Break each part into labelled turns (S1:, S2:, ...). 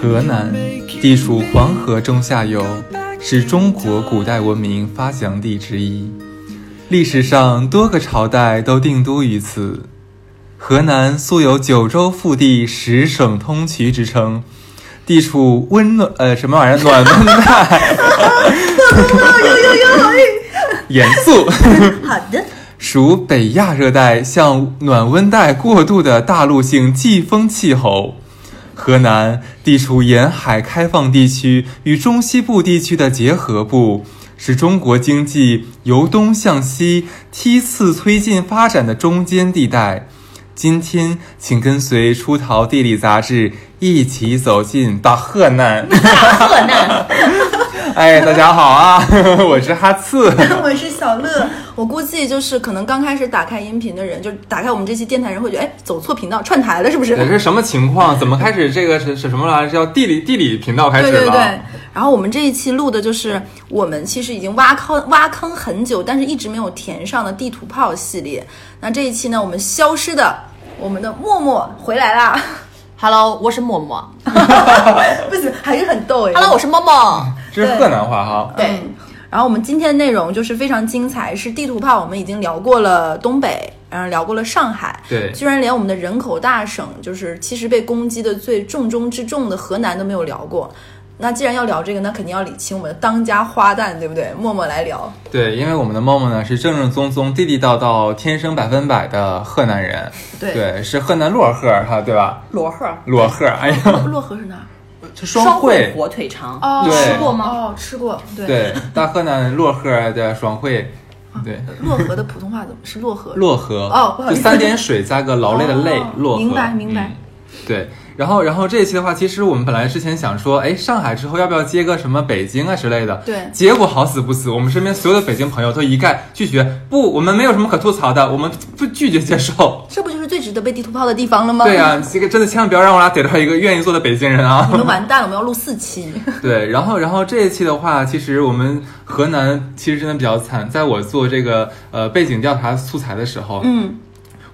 S1: 河南，地处黄河中下游，是中国古代文明发祥地之一。历史上多个朝代都定都于此。河南素有“九州腹地，十省通衢”之称，地处温暖呃什么玩意儿暖温带，严肃。
S2: 好的，
S1: 属北亚热带向暖温带过渡的大陆性季风气候。河南地处沿海开放地区与中西部地区的结合部，是中国经济由东向西梯次推进发展的中间地带。今天，请跟随《出逃地理》杂志一起走进大河南。
S2: 大河南，
S1: 哎，大家好啊， 我是哈刺。
S3: 我是小乐，我估计就是可能刚开始打开音频的人，就打开我们这期电台人会觉得，哎，走错频道，串台了是不 是？
S1: 这是什么情况？怎么开始这个是是什么来着？叫地理地理频道开始
S3: 对
S1: 了。啊
S3: 对对。然后我们这一期录的就是我们其实已经挖坑挖坑很久，但是一直没有填上的地图炮系列。那这一期呢，我们消失的我们的默默回来啦，
S2: Hello，我是默默。
S3: 不行，还是很逗哎。
S2: Hello，我是默默。
S1: 这是河南话哈。
S2: 对
S3: 嗯然后我们今天的内容就是非常精彩，是地图炮，我们已经聊过了东北，然后聊过了上海，
S1: 对
S3: 居然连我们的人口大省，就是其实被攻击的最重中之重的河南都没有聊过。那既然要聊这个，那肯定要理清我们的当家花旦，对不对？默默来聊，
S1: 对，因为我们的梦梦呢是正正宗宗、地地道道、天生百分百的河南人，
S3: 对
S1: 是河南漯河儿哈，对吧？
S2: 罗赫，
S1: 漯河儿，哎 呀，
S3: 漯哦河是哪儿？
S1: 这
S2: 双汇
S1: 汇，
S2: 火腿肠，
S3: 哦
S1: 对吃
S2: 过吗
S3: 哦，吃过。对，
S1: 对，大河南漯河儿的双汇，对，
S3: 漯河的普通话怎么是漯河？
S1: 漯河
S3: 啊哦不好意
S1: 就
S3: 思
S1: 三点水加个劳累的累
S3: 哦，
S1: 漯河，
S3: 明白明白
S1: 嗯对，然后然后这一期的话，其实我们本来之前想说，哎，上海之后要不要接个什么北京啊之类的，
S3: 对
S1: 结果好死不死，我们身边所有的北京朋友都一概拒绝，不，我们没有什么可吐槽的，我们不拒绝接受。
S3: 这不就是最值得被地图炮的地方了吗？
S1: 对啊呀、这个真的千万不要让我俩逮到一个愿意做的北京人
S3: 你
S1: 啊！
S3: 们完蛋了，我们要录四期。
S1: 对，然后然后这一期的话，其实我们河南其实真的比较惨，在我做这个呃背景调查素材的时候，
S3: 嗯，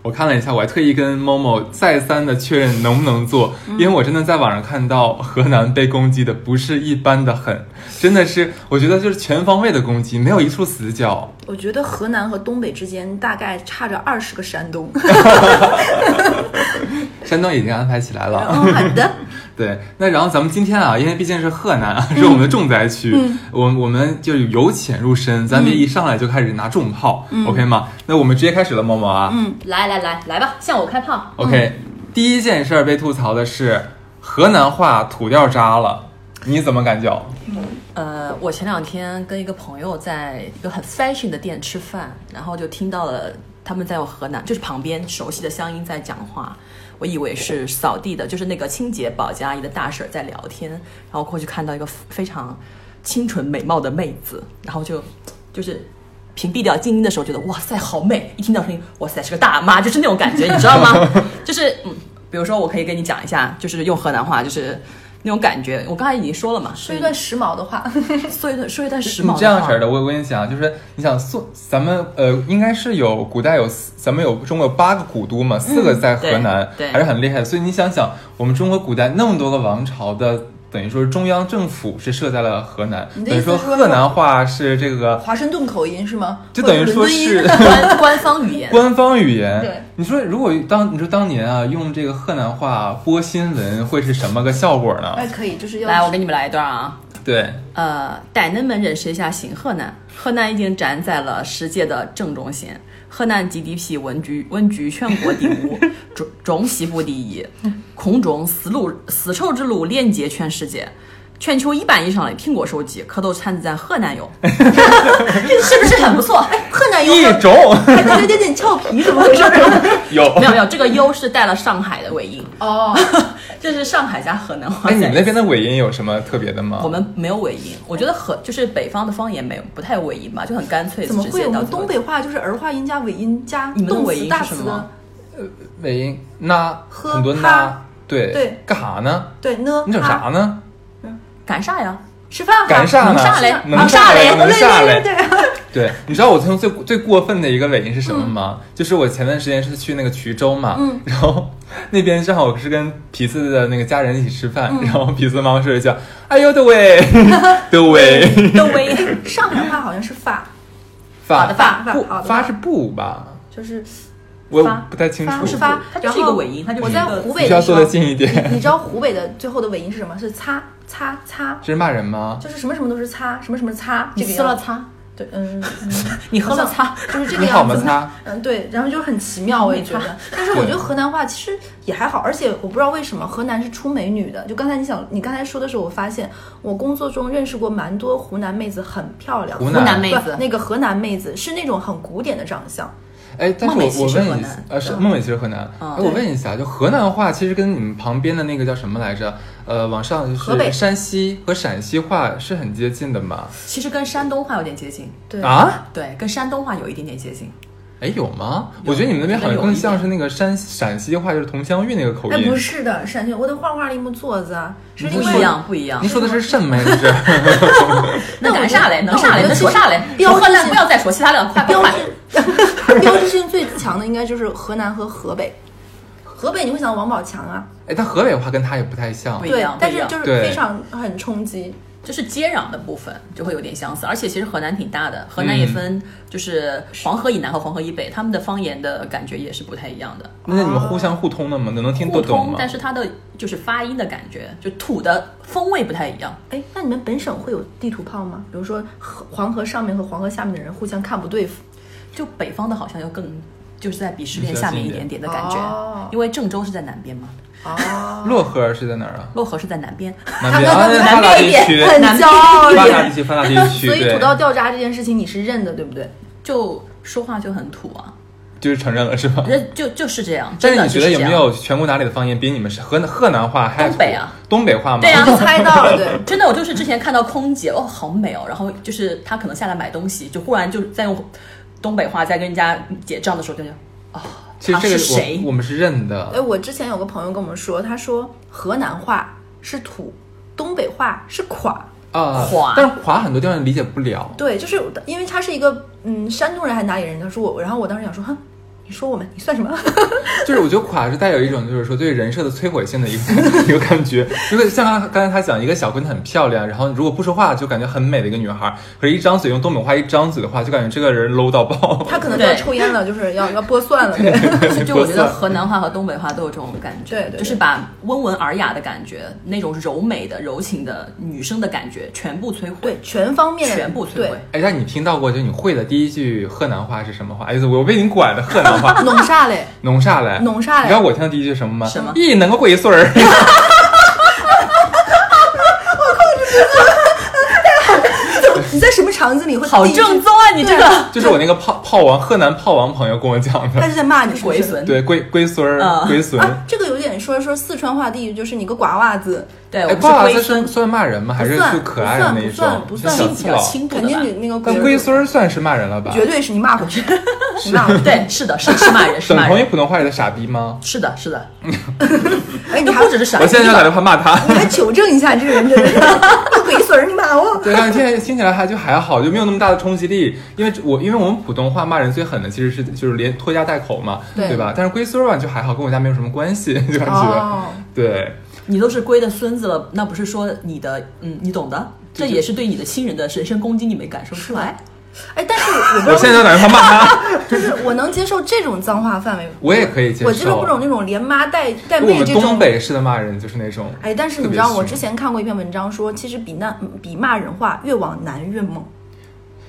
S1: 我看了一下，我还特意跟某某再三的确认能不能做，因为我真的在网上看到河南被攻击的不是一般的狠，真的是我觉得就是全方位的攻击，没有一处死角。
S3: 我觉得河南和东北之间大概差着二十个山 东。
S1: 山东已经安排起来了。
S3: 嗯，好 的。
S1: 对，那然后咱们今天啊，因为毕竟是河南 啊，是我们的重灾区，我我们就是由浅入深，咱别一上来就开始拿重炮、o k 吗？那我们直接开始了，某某啊、
S3: 嗯
S2: 嗯来来来来吧，向我开炮。
S1: o k 第一件事儿被吐槽的是河南话土掉渣了，你怎么感觉？
S2: 呃，我前两天跟一个朋友在一个很 fashion 的店吃饭，然后就听到了他们在我河南，就是旁边熟悉的乡音在讲话。我以为是扫地的，就是那个清洁保洁阿姨的大婶在聊天，然后过去看到一个非常清纯美貌的妹子，然后就就是屏蔽掉静音的时候，觉得哇塞好美，一听到声音哇塞是个大妈，就是那种感觉，你知道吗？ 就是嗯，比如说我可以跟你讲一下，就是用河南话就是那种感觉，我刚才已经说了嘛，
S3: 说
S2: 是
S3: 一段时髦的话，
S2: 说一段说一段时
S1: 你
S2: 髦的话
S1: 这样式儿的，我我跟你讲，就是你想宋，咱们呃，应该是有古代有四，咱们有中国有八个古都
S3: 嗯
S1: 嘛，四个在河南，
S2: 对对
S1: 还是很厉害的。所以你想想，我们中国古代那么多个王朝的，等于说是中央政府是设在了河南，
S3: 你的
S1: 等于
S3: 意思
S1: 说
S3: 是说
S1: 河南话是这个，
S3: 华盛顿口音是吗？
S1: 就等于说
S3: 或者
S1: 是
S3: 伦敦音。
S2: 官官方语言。
S1: 官方语言。
S3: 对，
S1: 你说如果当你说当年啊，用这个河南话播新闻会是什么个效果呢？
S3: 哎，可以，就是要
S2: 来，我给你们来一段啊。
S1: 对，
S2: 呃，歹人们忍受一下行河南，河南已经站在了世界的正中心。河南 GDP 稳居稳居全国第五， 中中西部第一。空中丝路丝绸之路连接全世界，全球一半以上的苹果手机可都产自咱河南 哟，是不是很 不错？
S3: 哎河南
S1: 一
S3: 有
S1: 种
S3: 还还有点点俏皮， 怎么回事？
S1: 有。
S2: 没有没有，这个优是带了上海的尾音，
S3: 哦，
S2: 这是上海加河南话
S1: 哎，
S2: 在一
S1: 你
S2: 起。
S1: 们那边的尾音有什么特别的吗？
S2: 我们没有尾音，我觉得和就是北方的方言没有不太有尾音吧，就很干脆。
S3: 怎么
S2: 直
S3: 会？
S2: 接
S3: 我
S2: 到
S3: 们东北话就是儿化音加尾音加
S2: 你们的
S3: 动
S2: 尾
S3: 词
S2: 音
S3: 大
S2: 是
S3: 词
S2: 什么
S3: 的，
S1: 尾音那
S3: 呵
S1: 很多
S3: 哈
S1: 那，对
S3: 对，
S1: 干啥呢？
S3: 对呢。
S1: 你整啥
S3: 啊？
S1: 呢？
S2: 干啥呀？
S3: 吃饭啊
S1: 干啥呢？
S2: 能下来
S1: 能
S2: 能
S1: 下
S2: 下来
S1: 能下
S3: 对对
S1: 来。
S3: 对对对，
S1: 对，你知道我最最
S3: 嗯
S1: 最过分的一个尾音是什么吗？就是我前段时间是去那个衢州嘛，然后那边正好我是跟皮子的那个家人一起吃饭，
S3: 嗯
S1: 然后皮子妈妈说了一句：“哎呦的 喂，的喂，
S2: 都威，
S3: 上海话好像是发，
S1: 发
S3: 的发
S1: 不
S3: 发好的
S1: 发
S3: 发
S1: 是不吧？
S3: 就是
S1: 我
S3: 发
S1: 不太清
S3: 发
S1: 楚，
S3: 是发，
S2: 它就
S3: 然
S2: 是
S3: 后
S2: 一个尾音它就
S3: 我
S2: 是一
S3: 在
S2: 个
S3: 湖
S1: 你
S3: 北
S1: 需要
S3: 的时
S1: 坐
S3: 候
S1: 得，近一点。
S3: 你知道湖北的最后的尾音是什么？是擦擦擦，
S1: 这是骂人吗？
S3: 就是什么什么都是擦，什么什么擦，
S2: 你
S3: 这个
S2: 撕了
S3: 样子
S2: 擦，
S3: 对，嗯，嗯
S2: 你喝了
S3: 好
S2: 擦
S3: 像，就是这个
S1: 你好
S3: 样
S1: 吗？
S3: 子。
S1: 擦，
S3: 嗯，对，然后就很奇妙，我也觉得。但是我觉得河南话其实也还好，而且我不知道为什么河南是出美女的。就刚才你想，你刚才说的时候，我发现我工作中认识过蛮多湖南妹子，很漂亮。
S1: 湖
S2: 湖南
S1: 南
S2: 妹
S3: 不
S2: 子，
S3: 那个河南妹子是那种很古典的长相，
S1: 哎，但是
S2: 孟美
S1: 我
S2: 岐
S1: 我
S2: 是河
S1: 问一
S2: 南
S1: 下，呃，是
S2: 对
S1: 孟美岐是河南。
S2: 嗯
S1: 哎，我问一下，就河南话其实跟你们旁边的那个叫什么来着？呃，往上就
S3: 河北
S1: 是山西和陕西话是很接近的嘛？
S2: 其实跟山东话有点接近，
S3: 对，
S1: 啊？
S2: 对，跟山东话有一点点接近。
S1: 哎，有吗？
S2: 有
S1: 我觉得你们那边好像
S2: 我觉得有
S1: 更
S2: 一点
S1: 像是那个山陕西话，就是佟湘玉那个口
S3: 哎，
S1: 音
S3: 不。是的，陕西，我的画画里木做子啊，是另
S2: 不
S3: 外
S2: 一样，。不一样
S1: 您。说的是什么呀？这是
S3: 但我觉得但我
S2: 那咱啥嘞？能啥
S3: 觉
S2: 嘞？
S3: 得
S2: 能
S3: 其
S2: 说
S3: 实
S2: 啥嘞？
S3: 标
S2: 说河南
S3: 志
S2: 不要再说其他了，快快
S3: 标
S2: 快！
S3: 志标志性最强的应该就是河南和河北，河北你会想到王宝强啊，
S1: 哎，但河北话跟他也不太像
S2: 不。一
S3: 对
S2: 样，
S3: 但
S2: 不一
S3: 是
S2: 样
S3: 就是
S1: 对
S3: 非常很冲击。
S2: 就是接壤的部分就会有点相似，而且其实河南挺大的，河南也分就是黄河以南和黄河以北，他们的方言的感觉也是不太一样的，
S1: 那你们互相互通的吗？能能听
S2: 互
S1: 得懂
S2: 通，
S1: 吗？
S2: 但是它的就是发音的感觉，就土的风味不太一样。
S3: 哎，那你们本省会有地图炮吗？比如说河黄河上面和黄河下面的人互相看不对付，
S2: 就北方的好像又更就是在鄙视链下面一点点的感
S3: 哦
S2: 觉，因为郑州是在南边嘛，
S3: 哦，
S1: 漯河是在哪儿啊？
S2: 漯河是在南边，
S1: 南边啊，那发
S3: 南
S1: 达
S3: 边一
S1: 地区，
S3: 点，很
S2: 南
S3: 骄傲
S1: 发达地
S3: 点。
S1: 区，发达地区，
S3: 所以土
S1: 对，
S3: 豆掉渣这件事情你是认的，对不对？
S2: 就说话就很土啊，
S1: 就是承认了是吧？
S2: 那就就是这样。
S1: 但是你
S2: 真
S1: 觉
S2: 的就
S1: 得有
S2: 这样
S1: 没？有全国哪里的方言比你们是河南河南话还
S2: 东北啊？
S1: 东北话吗？
S2: 对啊
S3: 我就猜到了，对。
S2: 真的，我就是之前看到空姐，哦，好美哦，然后就是她可能下来买东西，就忽然就在用东北话在跟人家结账的时候，就 就啊，
S1: 其
S2: 她
S1: 实这
S2: 是
S1: 个
S2: 谁
S1: 我我？们是认的
S3: 哎，。我之前有个朋友跟我们说，他说河南话是土，东北话是垮。
S1: 啊，
S2: 呃垮
S1: 但是垮很多地方理解不了。
S3: 对，就是因为他是一个嗯山东人还是哪里人，他说我，然后我当时想说，哼，你说我们你算什么？
S1: 就是我觉得垮是带有一种就是说对人设的摧毁性的一个 一个感觉。就是像刚刚才他讲，一个小姑娘很漂亮，然后如果不说话就感觉很美的一个女孩，可是一张嘴用东北话一张嘴的话，就感觉这个人 low 到爆。
S3: 他可能就要
S2: 对
S3: 抽烟了，就是要要剥蒜了。对
S2: 就我觉得河南话和东北话都有这种感觉，
S3: 对对对
S2: 就是把温文尔雅的感觉，那种柔美的、柔情的女生的感觉全部摧毁
S3: 对，，全方面的
S2: 全部摧
S3: 对，
S2: 毁。
S1: 哎，让你听到过就你会的第一句河南话是什么话？哎， 我被你拐的河南话
S3: 弄啥嘞？
S1: 农啥嘞？
S3: 农啥嘞
S1: 你知道我听到第一句是什么吗？
S2: 什么
S1: 咦，能个鬼孙儿！
S3: 你在什么场景里会
S2: 好
S3: 第一句
S2: 正宗啊！你这个
S1: 就是我那个炮炮王河南炮王朋友跟我讲
S3: 他
S1: 的，
S3: 是在骂你是不是
S2: 鬼损，
S1: 对龟龟孙儿
S2: 嗯
S1: 龟孙。
S3: 啊，这个有点说说四川话地域，就是你个瓜娃子，
S2: 对，我
S1: 哎，
S2: 们
S1: 爸爸
S2: 是
S1: 这
S2: 龟
S1: 是
S2: 孙，
S1: 算骂人吗？还是
S3: 不算
S1: 就可爱的那一
S3: 不算
S1: 种？
S3: 不
S1: 像
S3: 算
S1: 小
S2: 轻比
S1: 父
S2: 较
S1: 老。
S2: 轻度
S3: 肯定
S2: 的吧
S3: 比。那个
S1: 但龟孙儿算是骂人了吧？
S3: 绝对是你骂回 去，你骂回去。
S2: 对，是的，是是骂人，是
S1: 沈
S2: 骂
S1: 腾有
S2: 人，
S1: 普通话里的傻逼吗？
S2: 是的，是的，
S3: 哎，你
S2: 都
S3: 还
S2: 不只是傻
S1: 我
S2: 逼
S1: 现在就要
S2: 吧
S1: 打电话骂他。
S3: 你还求证一下，这个人真的是鬼孙儿，你骂我。
S1: 对，但是现在听起来还就还好，就没有那么大的冲击力。因为我因为我们普通话骂人最狠的其实是就是连拖家带口嘛，
S3: 对
S1: 对吧？但是龟孙儿吧就还好，跟我家没有什么关系，就感觉
S3: 哦
S1: 对。
S2: 你都是龟的孙子了，那不是说你的，嗯，你懂的，这也是对你的亲人的人身攻击，你没感受出来？
S3: 哎，但是
S1: 我
S3: 我不知道
S1: 现在就要打电话骂他，
S3: 就是我能接受这种脏话范围，
S1: 我也可以接受。
S3: 我接受不了那种连妈带带
S1: 我
S3: 妹
S1: 们
S3: 这
S1: 东
S3: 种。
S1: 北式的骂人就是那种，
S3: 哎，但是你
S1: 特别
S3: 知道，我
S1: 凶
S3: 之前看过一篇文章说，其实比那比骂人话越往南越猛。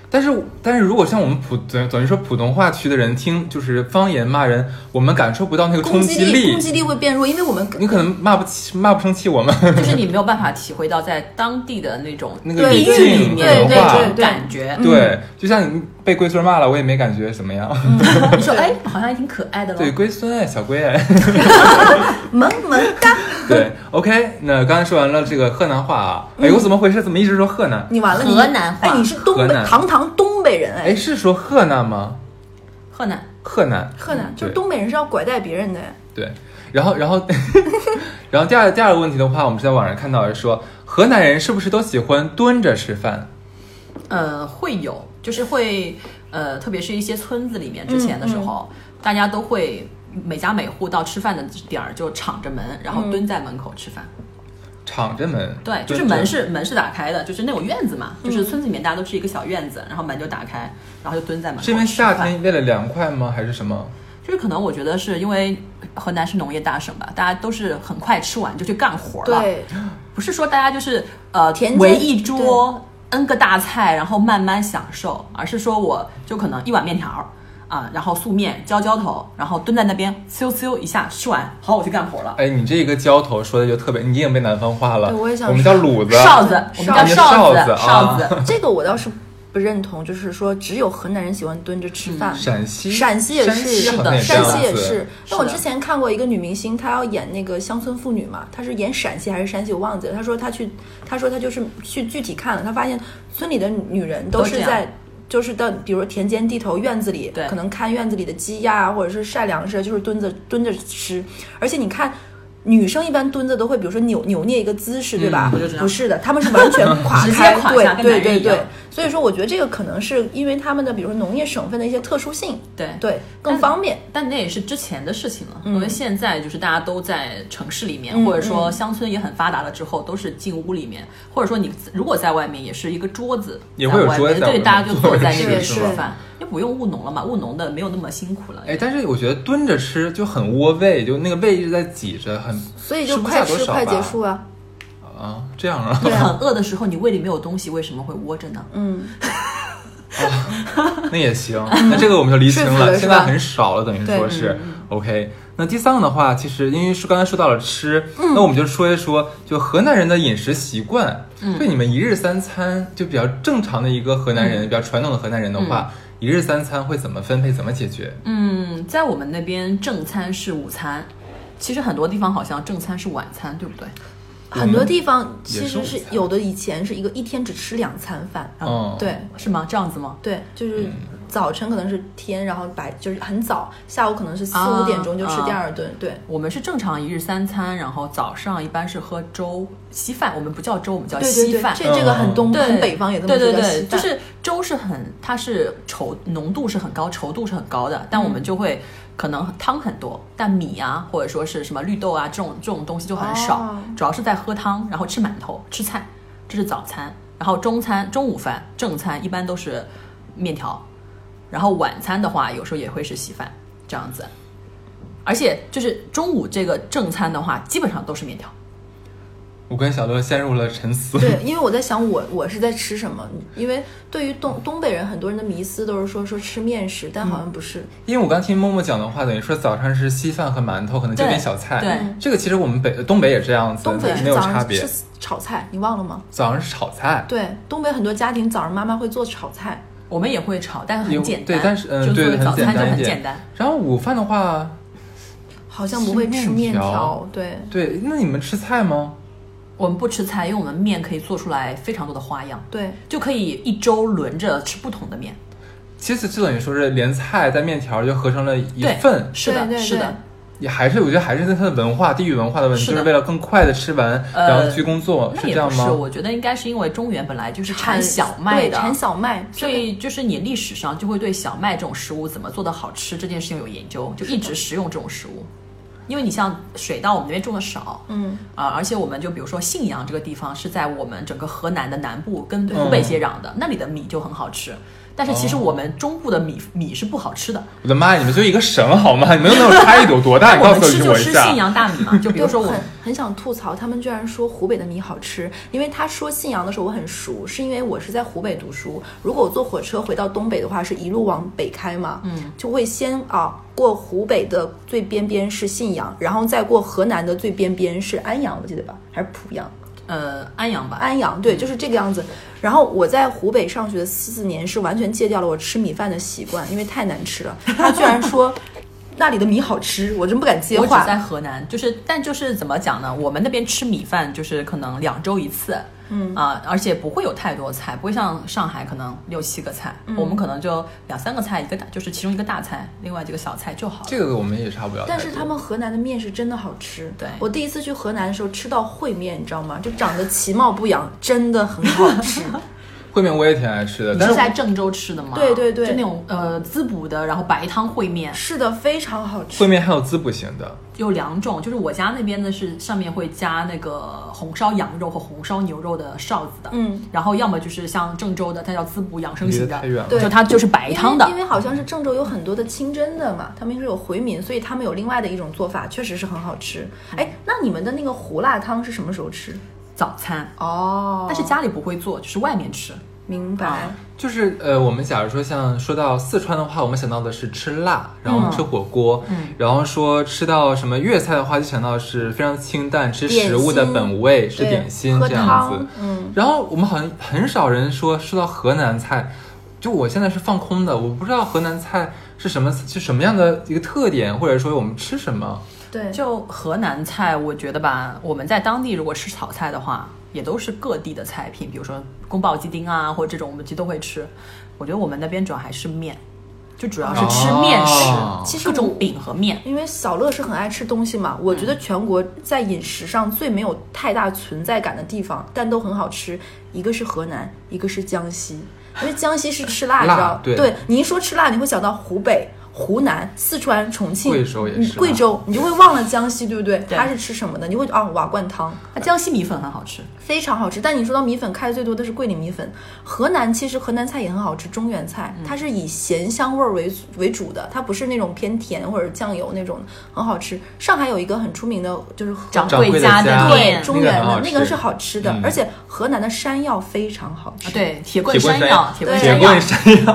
S1: 但是但是如果像我们普等等于说普通话区的人听就是方言骂人，我们感受不到那个冲
S3: 攻
S1: 击
S3: 击力攻击力会变弱，因为我们
S1: 你可能骂不起，骂不生气我们
S2: 就是你没有办法体会到在当地的那种
S1: 那个
S3: 对
S1: 语
S2: 地域里
S1: 境文
S3: 对
S2: 面的
S3: 对嗯
S1: 化。
S2: 那种感觉。
S1: 对，就像你被龟孙骂了，我也没感觉怎么样。
S3: 嗯
S2: 你说，哎，好像还挺可爱的
S1: 对，
S2: 喽。
S1: 龟孙哎，小龟 哎，
S3: 萌萌哒。
S1: 对，OK。那刚才说完了这个河南话啊，
S3: 嗯
S1: 哎，我怎么回事？怎么一直说河南？
S3: 你完了，你
S2: 河南话
S3: 哎，你是东
S1: 河
S3: 北
S1: 南
S3: 堂堂东北人哎
S1: 哎，，是说河南吗？
S2: 河南，
S1: 河南，
S3: 河南就是
S1: 对
S3: 东北人是要拐带别人的哎。
S1: 对，然后，然后， 然后第二第二个问题的话，我们是在网上看到的说，河南人是不是都喜欢蹲着吃饭？
S2: 呃，会有，就是会，呃，特别是一些村子里面，之前的时候，大家都会每家每户到吃饭的点儿就敞着门，然后蹲在门口吃饭。
S1: 敞着门，
S2: 对，就是
S1: 蹲着
S2: 门是门是打开的，就是那种院子嘛，就是村子里面大家都是一个小院子，然后门就打开，然后就蹲在门口。
S1: 是因为夏，天为了凉快吗？还是什么？
S2: 就是可能我觉得是因为河南是农业大省吧，大家都是很快吃完就去干活了，
S3: 对，
S2: 不是说大家就是呃
S3: 田间
S2: 围一桌 n 个大菜，然后慢慢享受，而是说我就可能一碗面条儿啊，然后素面浇浇头，然后蹲在那边嗖嗖一下吃完，好我去干活了。
S1: 哎，你这个浇头说的就特别，你已经被南方话了。
S3: 对我也想
S1: 们叫卤子，
S2: 哨子，我们叫哨
S1: 哨子啊
S2: 哨 子，
S3: 这个我倒是不认同，就是说只有河南人喜欢蹲着吃饭。
S1: 陕西，
S3: 陕西也
S1: 好
S3: 是，
S1: 像
S2: 的
S1: 也这
S3: 陕
S1: 样
S3: 西也
S1: 子
S3: 是。那我
S2: 是的
S3: 之前看过一个女明星，她要演那个乡村妇女嘛，她是演陕西还是山西，我忘记了。她说她去，她说她就是去具体看了，她发现村里的女人都
S2: 都这
S3: 是
S2: 样
S3: 在。就是到，比如田间地头院子里
S2: 对，
S3: 可能看院子里的鸡呀、或者是晒粮食，就是蹲着蹲着吃。而且你看，女生一般蹲着都会，比如说扭扭捏一个姿势，对吧？
S2: 我就知道
S3: 不是的，她们是完全垮
S2: 直接
S3: 开，
S2: 垮
S3: 对
S2: 下跟
S3: 对
S2: 男人
S3: 对
S2: 一样
S3: 对。所以说，我觉得这个可能是因为他们的，比如说农业省份的一些特殊性，
S2: 对
S3: 对，更方便。
S2: 但那也是之前的事情了，因为现在就是大家都在城市里面，或者说乡村也很发达了之后，都是进屋里面，或者说你如果在外面也是一个桌子，
S1: 也会有
S2: 在外
S1: 桌
S2: 面
S1: 子在
S2: 对，
S1: 外面
S2: 大家就坐在那边
S3: 是
S2: 吃
S3: 是
S2: 饭，就不用务农了嘛，务农的没有那么辛苦了。
S1: 哎，但是我觉得蹲着吃就很窝胃，就那个胃一直在挤着，很
S3: 所以就
S1: 吃不
S3: 快
S1: 下多
S3: 吃
S1: 少
S3: 快
S1: 吧
S3: 结束啊。
S1: 啊，这样啊，
S2: 就
S3: 对啊
S2: 很饿的时候，你胃里没有东西，为什么会窝着呢？
S3: 嗯，
S1: 那也行，那这个我们就厘清
S3: 说服了
S1: 了，
S3: 是
S1: 现在
S3: 吧
S1: 很少了，等于说
S3: 对嗯
S1: 是 OK。那第三个的话，其实因为是刚才说到了吃，
S3: 嗯
S1: 那我们就说一说，就河南人的饮食习惯，
S3: 嗯
S1: 对你们一日三餐就比较正常的一个河
S3: 嗯
S1: 南人，比较传统的河南人的话，一日三餐会怎么分配，怎么解决？
S2: 嗯，在我们那边正餐是午餐，其实很多地方好像正餐是晚餐，对不对？
S3: 很多地方
S1: 也
S3: 其
S1: 是
S3: 实
S1: 午
S3: 是
S1: 餐
S3: 有的，以前是一个一天只吃两餐饭。
S1: 哦
S3: 对
S2: 是吗？这样子吗？
S3: 对，
S2: 嗯
S3: 就是早晨可能是天，然后白就是很早，下午可能是四
S2: 啊
S3: 五点钟就吃第
S2: 啊
S3: 二顿。对，
S2: 我们是正常一日三餐，然后早上一般是喝粥稀饭，我们不叫粥，我们叫
S3: 对对
S2: 啊稀
S3: 对，
S2: 饭。
S3: 这这个
S1: 嗯
S3: 很东
S2: 对，
S3: 很北方也这么说
S2: 对
S3: 叫
S2: 对对
S3: 稀，
S2: 就
S3: 饭
S2: 是粥是很，它是稠浓度是很高，稠度是很高
S1: 嗯
S2: 的，但我们就会、可能汤很多，但米啊或者说是什么绿豆啊这种这种东西就很少，
S3: 哦
S2: 主要是在喝汤，然后吃馒头吃菜，这是早餐，然后中餐中午饭正餐一般都是面条，然后晚餐的话有时候也会是稀饭这样子。而且就是中午这个正餐的话，基本上都是面条。
S1: 我跟小乐陷入了沉思。
S3: 对，因为我在想我我是在吃什么，因为对于东东北人，很多人的迷思都是说说吃面食，但好像不是。
S1: 因为我刚听默默讲的话，等于说早上是稀饭和馒头，可能就
S2: 对
S1: 点小菜。
S2: 对
S1: 这个其实我们北东北也这样子，
S3: 东北
S1: 没
S3: 是
S1: 有
S3: 早
S1: 差
S3: 上
S1: 别
S3: 吃。炒菜，你忘了吗？
S1: 早上是炒菜，
S3: 对，东北很多家庭早上妈妈会做炒菜，
S2: 我们也会炒，但是
S1: 有
S2: 很简单。
S1: 对，但是嗯，
S2: 就作
S1: 对，
S2: 为早
S1: 很简
S2: 餐就
S1: 单
S2: 很
S1: 一
S2: 简
S1: 点
S2: 单。。
S1: 然后午饭的话，
S3: 好像不会吃
S1: 吃面
S3: 面
S1: 条
S3: 条。对，
S1: 对，那你们吃菜吗？
S2: 我们不吃菜，因为我们面可以做出来非常多的花样，
S3: 对，
S2: 就可以一周轮着吃不同的面。
S1: 其实就等于说是连菜带面条就合成了一
S2: 对
S1: 份，
S2: 是的，
S3: 对对对
S2: 是的，
S1: 也还是我觉得还是它的文化、地域文化的问题，
S2: 是
S1: 就
S2: 的
S1: 是为了更快的吃完，
S2: 呃
S1: 然后去工作，哦
S2: 那
S1: 是
S2: 也
S1: 这样
S2: 不是，
S1: 吗？
S2: 我觉得应该是因为中原本来就是产小麦
S3: 对
S2: 的，
S3: 产小麦，
S2: 所以就是你历史上就会对小麦这种食物怎么做的好吃这件事情有研究，就一直食用这种食物。因为你像水稻，我们那边种的少，
S3: 嗯，
S2: 啊，而且我们就比如说信阳这个地方是在我们整个河南的南部跟湖北接壤的，那里的米就很好吃。但是其实
S1: 嗯哦
S2: 我们中部的米、米是不好吃的，
S1: 我的妈呀，你们就一个省好吗？你们能有差异有多大？ 你
S2: 我
S1: 告
S2: 们
S1: 诉
S2: 吃就
S1: 我一
S2: 吃信
S1: 下。
S2: 阳大米嘛，就比如说
S3: 就
S2: 我
S3: 很很想吐槽，他们居然说湖北的米好吃，因为他说信阳的时候我很熟，是因为我是在湖北读书。如果我坐火车回到东北的话，是一路往北开嘛，嗯，就会先啊过湖北的最边边是信阳，然后再过河南的最边边是安阳，我记得吧，还是濮阳？
S2: 呃安阳吧，
S3: 安阳，对，就是这个样子。然后我在湖北上学四四年，是完全戒掉了我吃米饭的习惯，因为太难吃了。他居然说 那里的米好吃，我真不敢接
S2: 我只
S3: 话。
S2: 在河南，就是但就是怎么讲呢？我们那边吃米饭就是可能两周一次，嗯啊、而且不会有太多菜，不会像上海可能六七个菜，我们可能就两三个菜，一个大就是其中一个大菜，另外几个小菜就好了。
S1: 这个我们也差不了太多。
S3: 但是他们河南的面是真的好吃。
S2: 对
S3: 我第一次去河南的时候吃到烩面，你知道吗？就长得其貌不扬，真的很好吃。
S1: 烩面我也挺爱吃的，
S2: 你
S1: 但
S2: 是
S1: 是
S2: 在郑州吃的吗？
S3: 对对对
S2: 就那种呃滋补的，然后白汤烩面
S3: 是的，非常好
S1: 烩
S3: 吃。
S1: 面还有滋补型的，
S2: 有两种，就是我家那边的是上面会加那个红烧羊肉和红烧牛肉的臊子的，
S3: 嗯，
S2: 然后要么就是像郑州的，它叫滋补养生
S1: 离
S2: 型
S1: 得
S2: 的
S1: 太，远了。
S3: 对
S2: 就它就是白汤的
S3: 因为，因为好像是郑州有很多的清真的嘛，他们是有回民，所以他们有另外的一种做法，确实是很好吃。哎，那你们的那个胡辣汤是什么时候吃？
S2: 早餐。
S3: 哦
S2: 但是家里不会做，就是外面吃。
S3: 明白
S2: 啊，
S1: 就是呃，我们假如说像说到四川的话，我们想到的是吃辣，然后吃火锅，
S2: 嗯
S1: 然后说吃到什么粤菜的话，就想到是非常清淡，吃食物的
S3: 点心
S1: 本味，吃
S3: 对
S1: 点心
S3: 喝
S1: 这样子
S3: 汤。，嗯，
S1: 然后我们好像很少人说说到河南菜，就我现在是放空的，我不知道河南菜是什么是什么样的一个特点，或者说我们吃什么。
S3: 对，
S2: 就河南菜，我觉得吧，我们在当地如果吃炒菜的话，也都是各地的菜品，比如说宫保鸡丁啊，或者这种我们其实都会吃。我觉得我们那边主要还是面，就主要
S1: 啊
S2: 是吃面食，
S1: 哦
S3: 其实
S2: 各
S3: 我
S2: 种饼和面。
S3: 因为小乐是很爱吃东西
S1: 嗯
S3: 嘛，我觉得全国在饮食上最没有太大存在感的地方，但都很好吃，一个是河南，一个是江西，因为江西是吃辣，
S1: 辣
S3: 你知道？
S1: 对
S3: 你一说吃辣，你会想到湖北、湖南、四川、重庆、
S1: 贵州也是
S3: 嗯
S1: 辣
S3: 贵州，你就会忘了江西，对不对？
S2: 对
S3: 它是吃什么的？你会啊、瓦罐汤
S2: 那江西米粉很好吃，啊
S3: 非常好吃，但你说到米粉，开的最多的是桂林米粉。河南其实河南菜也很好吃，中原菜
S2: 嗯
S3: 它是以咸香味儿为为主的，它不是那种偏甜或者酱油那种，很好吃。上海有一个很出名的，就是河
S2: 掌
S1: 掌柜的
S2: 柜家
S1: 家
S2: 的
S3: 对
S2: 面，
S3: 中原
S1: 那个很好吃
S3: 的那个是好吃的，
S1: 嗯
S3: 而且河南的山药非常好吃。
S2: 啊对，铁棍
S1: 铁棍
S2: 山
S1: 山
S2: 药
S1: 药，
S2: 铁棍
S3: 对
S1: 铁
S2: 山
S1: 棍
S2: 药，
S1: 山药，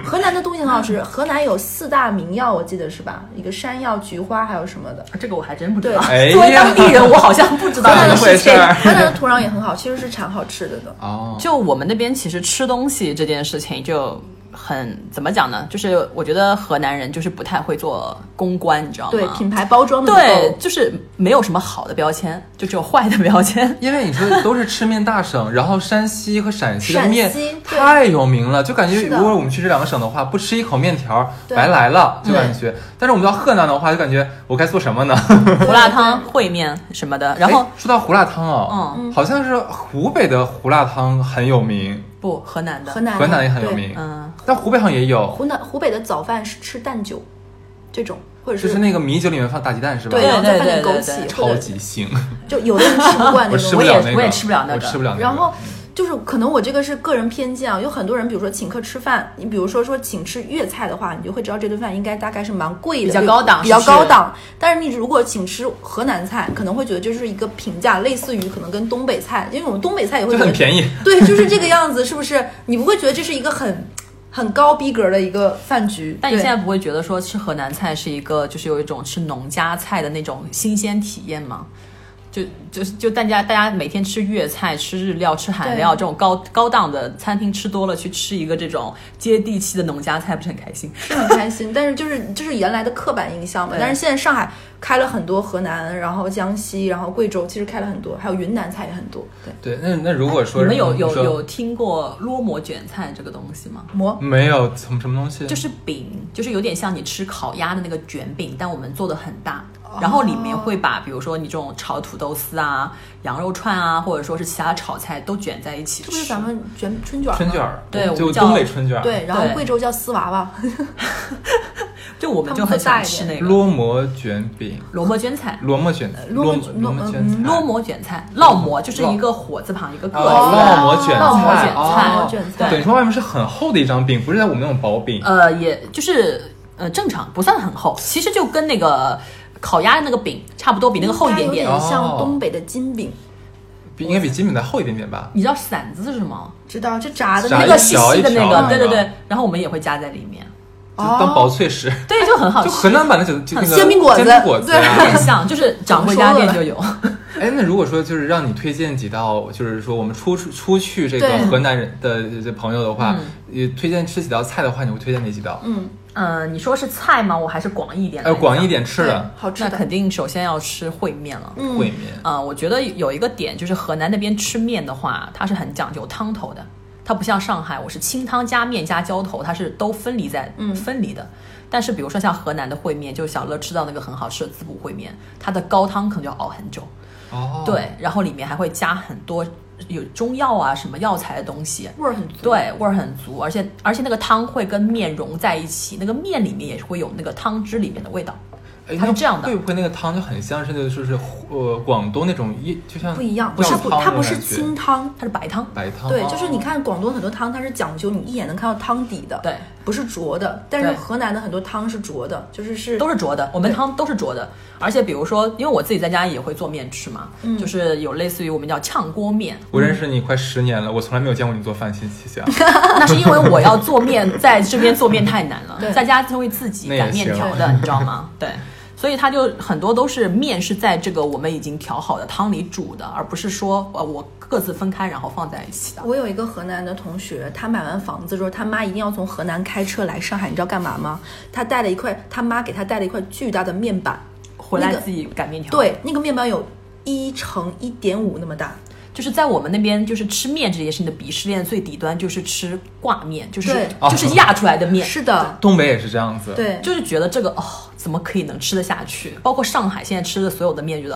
S3: 对， 河南的东西很好吃。河南有四大名药，我记得是吧？一个山药、菊花，还有什么的。
S2: 啊这个我还真不知道。
S1: 对
S2: 作为当地人，我好像不知道
S3: 河南的
S2: 这个
S1: 怎么回
S3: 事
S1: 事
S3: 情，
S1: 儿
S3: 河南的土壤也很好，其实是产好吃的的。
S1: 哦，
S2: 就我们那边其实吃东西这件事情就很怎么讲呢？就是我觉得河南人就是不太会做公关，你知道吗？
S3: 对，品牌包装的不
S2: 对
S3: 够，
S2: 就是没有什么好的标签，就只有坏的标签。
S1: 因为你说的都是吃面大省，然后山西和陕西的
S3: 陕
S1: 面
S3: 西对
S1: 太有名了，就感觉
S3: 是的
S1: 如果我们去这两个省的话，不吃一口面条
S3: 对
S1: 白来了，
S2: 嗯
S1: 就感觉。但是我们到河南的话，就感觉我该做什 么呢？
S2: 胡辣 汤、烩面什么的，然后
S1: 哎说到胡辣汤哦，
S2: 嗯，
S1: 好像是湖北的胡辣汤很有名，
S2: 不，河南的，
S3: 河南
S1: 河南也很有
S3: 对
S1: 名，
S2: 嗯，
S1: 但湖北好像也有，
S3: 湖南湖北的早饭是吃蛋酒，这种或者
S1: 就是是那个米酒里面放大鸡蛋是吧
S3: 对，？然后再放点
S2: 对
S3: 枸
S2: 对对
S3: 杞，
S1: 超
S3: 或者
S1: 级腥，
S3: 就有的人吃不惯那
S1: 我
S3: 种
S1: 吃不
S2: 我
S1: 了
S2: 也
S1: 那个，
S2: 我也吃不了那个
S1: 我吃不了那个。
S3: 然后就是可能我这个是个人偏见啊，有很多人，比如说请客吃饭，你比如说说请吃粤菜的话，你就会知道这顿饭应该大概是蛮贵的，
S2: 比较高档
S3: 比较
S2: 是不是
S3: 高档。但是你如果请吃河南菜，可能会觉得这是一个平价，类似于可能跟东北菜，因为我们东北菜也会
S1: 就
S3: 觉得
S1: 很便宜，
S3: 对，就是这个样子，是不是？你不会觉得这是一个很很高逼格的一个饭局？
S2: 但你
S3: 对
S2: 现在不会觉得说吃河南菜是一个，就是有一种吃农家菜的那种新鲜体验吗？就就是就大家大家每天吃粤菜、吃日料、吃韩料
S3: 对
S2: 这种高高档的餐厅吃多了，去吃一个这种接地气的农家菜，不是很开心？
S3: 是很开心，但是就是就是原来的刻板印象嘛。
S2: 对
S3: 但是现在上海开了很多河南，然后江西，然后贵州，其实开了很多，还有云南菜也很多。对，
S1: 对，那那如果说
S2: 你们有有
S1: 说
S2: 有听过烙馍卷菜这个东西吗？
S3: 馍
S1: 没有什么什么东西？
S2: 就是饼，就是有点像你吃烤鸭的那个卷饼，但我们做的很大，
S3: 哦
S2: 然后里面会把比如说你这种炒土豆丝啊、羊肉串啊，或者说是其他炒菜都卷在一起
S3: 这
S2: 吃。
S3: 不是咱们卷春卷吗
S1: 春卷儿，啊
S2: 对我
S1: 就
S2: 们叫
S1: 东北春卷儿，
S3: 对，然后
S2: 对
S3: 贵州叫丝娃娃，
S2: 就我们就很想吃那个
S1: 烙馍卷饼，
S2: 萝卜卷菜、
S1: 螺馍卷，
S3: 螺
S1: 螺
S3: 馍
S1: 螺馍
S3: 嗯
S1: 卷菜，
S2: 烙馍卷菜、烙馍，就是一个火字旁一个个
S1: 哦，
S2: 字，
S1: 烙馍卷
S3: 烙馍
S1: 菜，
S3: 卷菜烙馍卷菜
S1: 哦等于说外面是很厚的一张饼，不是像我们那种薄饼。
S2: 呃，也就是呃正常，不算很厚，其实就跟那个烤鸭的那个饼差不多， 比那个厚一点
S3: 应该
S2: 点。
S3: 有点像
S1: 哦
S3: 东北的金饼。
S1: 比应该比金饼再厚一点点吧。
S2: 你知道馓子是什么？
S3: 知道这炸的
S1: 炸
S2: 那
S3: 那
S2: 个
S3: 个
S1: 一
S2: 细
S1: 条
S2: 细的那
S1: 条
S2: 个，
S1: 那
S2: 对对
S1: 个
S2: 对，然后我们也会加在里面。
S1: 就当薄脆食，
S2: 对，就很好
S1: 就
S2: 吃，
S1: 河南版的就就那个
S3: 哦煎饼果子
S1: 煎饼果子啊。
S2: 很像，就是掌柜家店就有。
S1: 哎，那如果说就是让你推荐几道，就是说我们出出出去这个
S3: 对
S1: 河南人的这这朋友的话，也推荐吃几道菜的话，你会推荐哪几道？
S3: 嗯，
S2: 嗯，你说是菜吗？我还是广义一点。
S1: 呃，广义一，点吃的
S3: 对好吃
S2: 那
S3: 的
S2: 肯。定首先要吃烩面了。
S1: 烩
S3: 嗯，
S1: 面，
S2: 嗯，我觉得有一个点就是河南那边吃面的话，它是很讲究汤头的，它不像上海，我是清汤加面加浇头，它是都分离在
S3: 嗯
S2: 分离的。但是比如说像河南的烩面，就小乐吃到那个很好吃的滋补烩面，它的高汤可能就要熬很久。
S1: 哦，
S2: 对，然后里面还会加很多有中药啊什么药材的东西，
S3: 味儿很足。，
S2: 对，味儿很足，而且而且那个汤会跟面融在一起，那个面里面也会有那个汤汁里面的味道。
S1: 哎
S2: 它是这样
S1: 那
S2: 的
S1: 会不会那个汤就很像是那个就是呃广东那种一就像
S3: 不一样，
S1: 不
S3: 它不它不是清
S1: 清
S3: 汤，
S2: 它是白汤，
S1: 白汤，
S3: 对，
S1: 哦
S3: 就是你看广东很多汤，它是讲究你一眼能看到汤底的，
S2: 对，
S3: 不是浊的。但是
S2: 对
S3: 河南的很多汤是浊的，就是是
S2: 都是浊的，我们
S3: 对
S2: 汤都是浊的。而且比如说，因为我自己在家也会做面吃嘛，
S3: 嗯
S2: 就是有类似于我们叫炝锅面，
S1: 我认识你快十年了，我从来没有见过你做饭，谢谢谢 谢。
S2: 那是因为我要做面，在这边做面太难了
S3: 对，
S2: 在家就会自己擀面条的，你知道吗？对。所以它就很多都是面是在这个我们已经调好的汤里煮的，而不是说呃我各自分开然后放在一起的。
S3: 我有一个河南的同学，他买完房子之后，他妈一定要从河南开车来上海，你知道干嘛吗？他带了一块，他妈给他带了一块巨大的面板，
S2: 回来
S3: 那个
S2: 自己擀面条。，
S3: 对，那个面板有一乘一点五那么大，
S2: 就是在我们那边，就是吃面这件事情的鄙视链最底端就是吃挂面，就是
S3: 对哦
S2: 就是压出来的面，
S3: 是的，
S1: 东北也是这样子，，
S3: 对，
S2: 就是觉得这个哦怎么可以能吃得下去？包括上海现在吃的所有的面，觉得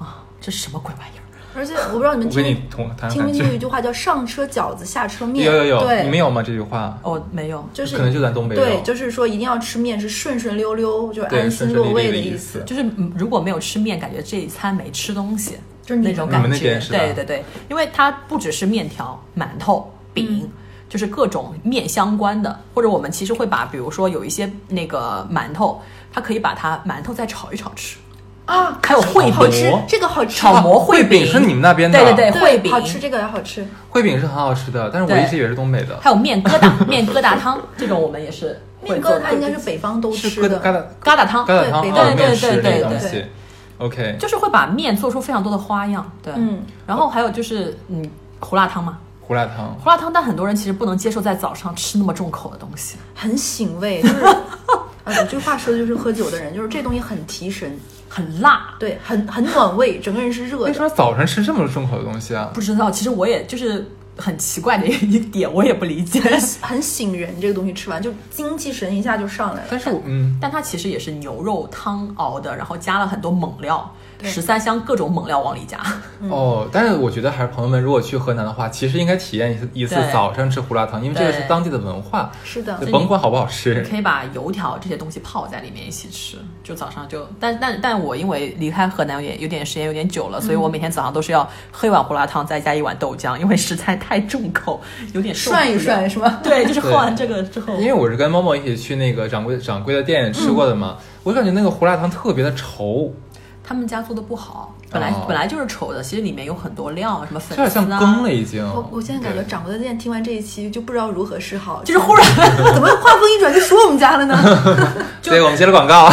S2: 啊这是什么鬼玩意儿？
S3: 而且我不知道你们
S1: 我跟你
S3: 听
S1: 同谈
S3: 听没
S1: 感
S3: 听过
S1: 觉
S3: 一。句话叫“上车饺子，下车面”，
S1: 有有有，
S3: 对，
S1: 你们有吗？这句话
S2: 哦，没有，
S3: 就是
S1: 可能就咱东北有
S3: 对，就是说一定要吃面是顺顺溜溜，就是
S1: 对
S3: 安
S1: 顺顺
S3: 心落
S1: 利
S3: 胃
S1: 利的
S3: 意
S1: 意
S3: 思
S1: 思。
S2: 就是嗯如果没有吃面，感觉这一餐没吃东西，
S3: 就是你
S2: 那种感
S1: 你们那
S2: 觉
S1: 边。是吧
S2: 对对对，因为它不只是面条、馒
S1: 嗯
S2: 头、饼。就是各种面相关的，或者我们其实会把，比如说有一些那个馒头，它可以把它馒头再炒一炒吃，
S3: 啊，
S2: 还有烩
S3: 好
S2: 饼，
S3: 吃
S1: 馍，
S3: 这个好吃，
S2: 炒馍烩
S1: 饼是你们那边的，
S2: 对对对，
S3: 对
S2: 烩饼
S3: 好吃，这个也好吃。
S1: 烩饼是很好吃的，但是我
S2: 对
S1: 一直以为是东北的，
S2: 还有面疙瘩、面疙瘩汤这种，我们也是会
S3: 面
S2: 做
S3: 疙
S2: 的
S3: 瘩应该是北方都
S1: 是
S3: 吃
S1: 疙瘩疙
S3: 的，啊
S1: 瘩
S2: 疙瘩汤，
S1: 疙瘩汤
S3: 对
S1: 哦，
S2: 对
S1: 面
S2: 对
S1: 食
S2: 对
S1: 这
S2: 对
S1: 个东
S2: 对
S1: 西。OK，
S2: 就是会把面做出非常多的花样。对，
S3: 嗯，
S2: 然后还有就是嗯，胡辣汤嘛，
S1: 胡辣汤，
S2: 胡辣汤，但很多人其实不能接受在早上吃那么重口的东西。
S3: 很醒胃。 就是，啊，有句话说的就是喝酒的人，就是这东西很提神，
S2: 很辣，
S3: 对，很很暖胃，整个人是热
S1: 为什
S3: 的。
S1: 么早晨吃这么重口的东西啊？
S2: 不知道，其实我也就是很奇怪的一点，我也 不理解。
S3: 很醒人，这个东西吃完就精气神一下就上来了。
S1: 但是我嗯，
S2: 但它其实也是牛肉汤熬的，然后加了很多猛料，
S3: 对
S2: 十三香各种猛料往里加。
S3: 嗯
S1: 哦，但是我觉得还是朋友们，如果去河南的话，其实应该体验一次一次
S2: 对
S1: 早上吃胡辣汤，因为这个是
S2: 对
S1: 当地的文化，
S3: 是的
S1: 就，甭管好不好吃
S2: 你。可以把油条这些东西泡在里面一起吃，就早上就，但但但我因为离开河南也有点时间有点久了，所以我每天早上都是要喝一碗胡辣汤，再加一碗豆浆，因为实在太重口，有点受不了
S3: 涮一涮。是吗？
S2: 对，就是喝完这个之
S3: 嗯
S2: 后，
S1: 因为我是跟猫猫一起去那个掌柜掌柜的店吃过的嘛，
S3: 嗯
S1: 我感觉那个胡辣汤特别的稠，
S2: 他们家做的不好，本来、
S1: 哦
S2: 本来就是稠的，其实里面有很多料，什么
S1: 有
S2: 粉
S1: 点
S2: 丝啊
S1: 像，羹了已经。
S3: 我我现在感觉
S1: 对
S3: 掌柜的店听完这一期就不知道如何是好，
S2: 就是 忽然
S3: 怎么话锋一转就说我们家了呢？
S1: 对，我们接了广 告。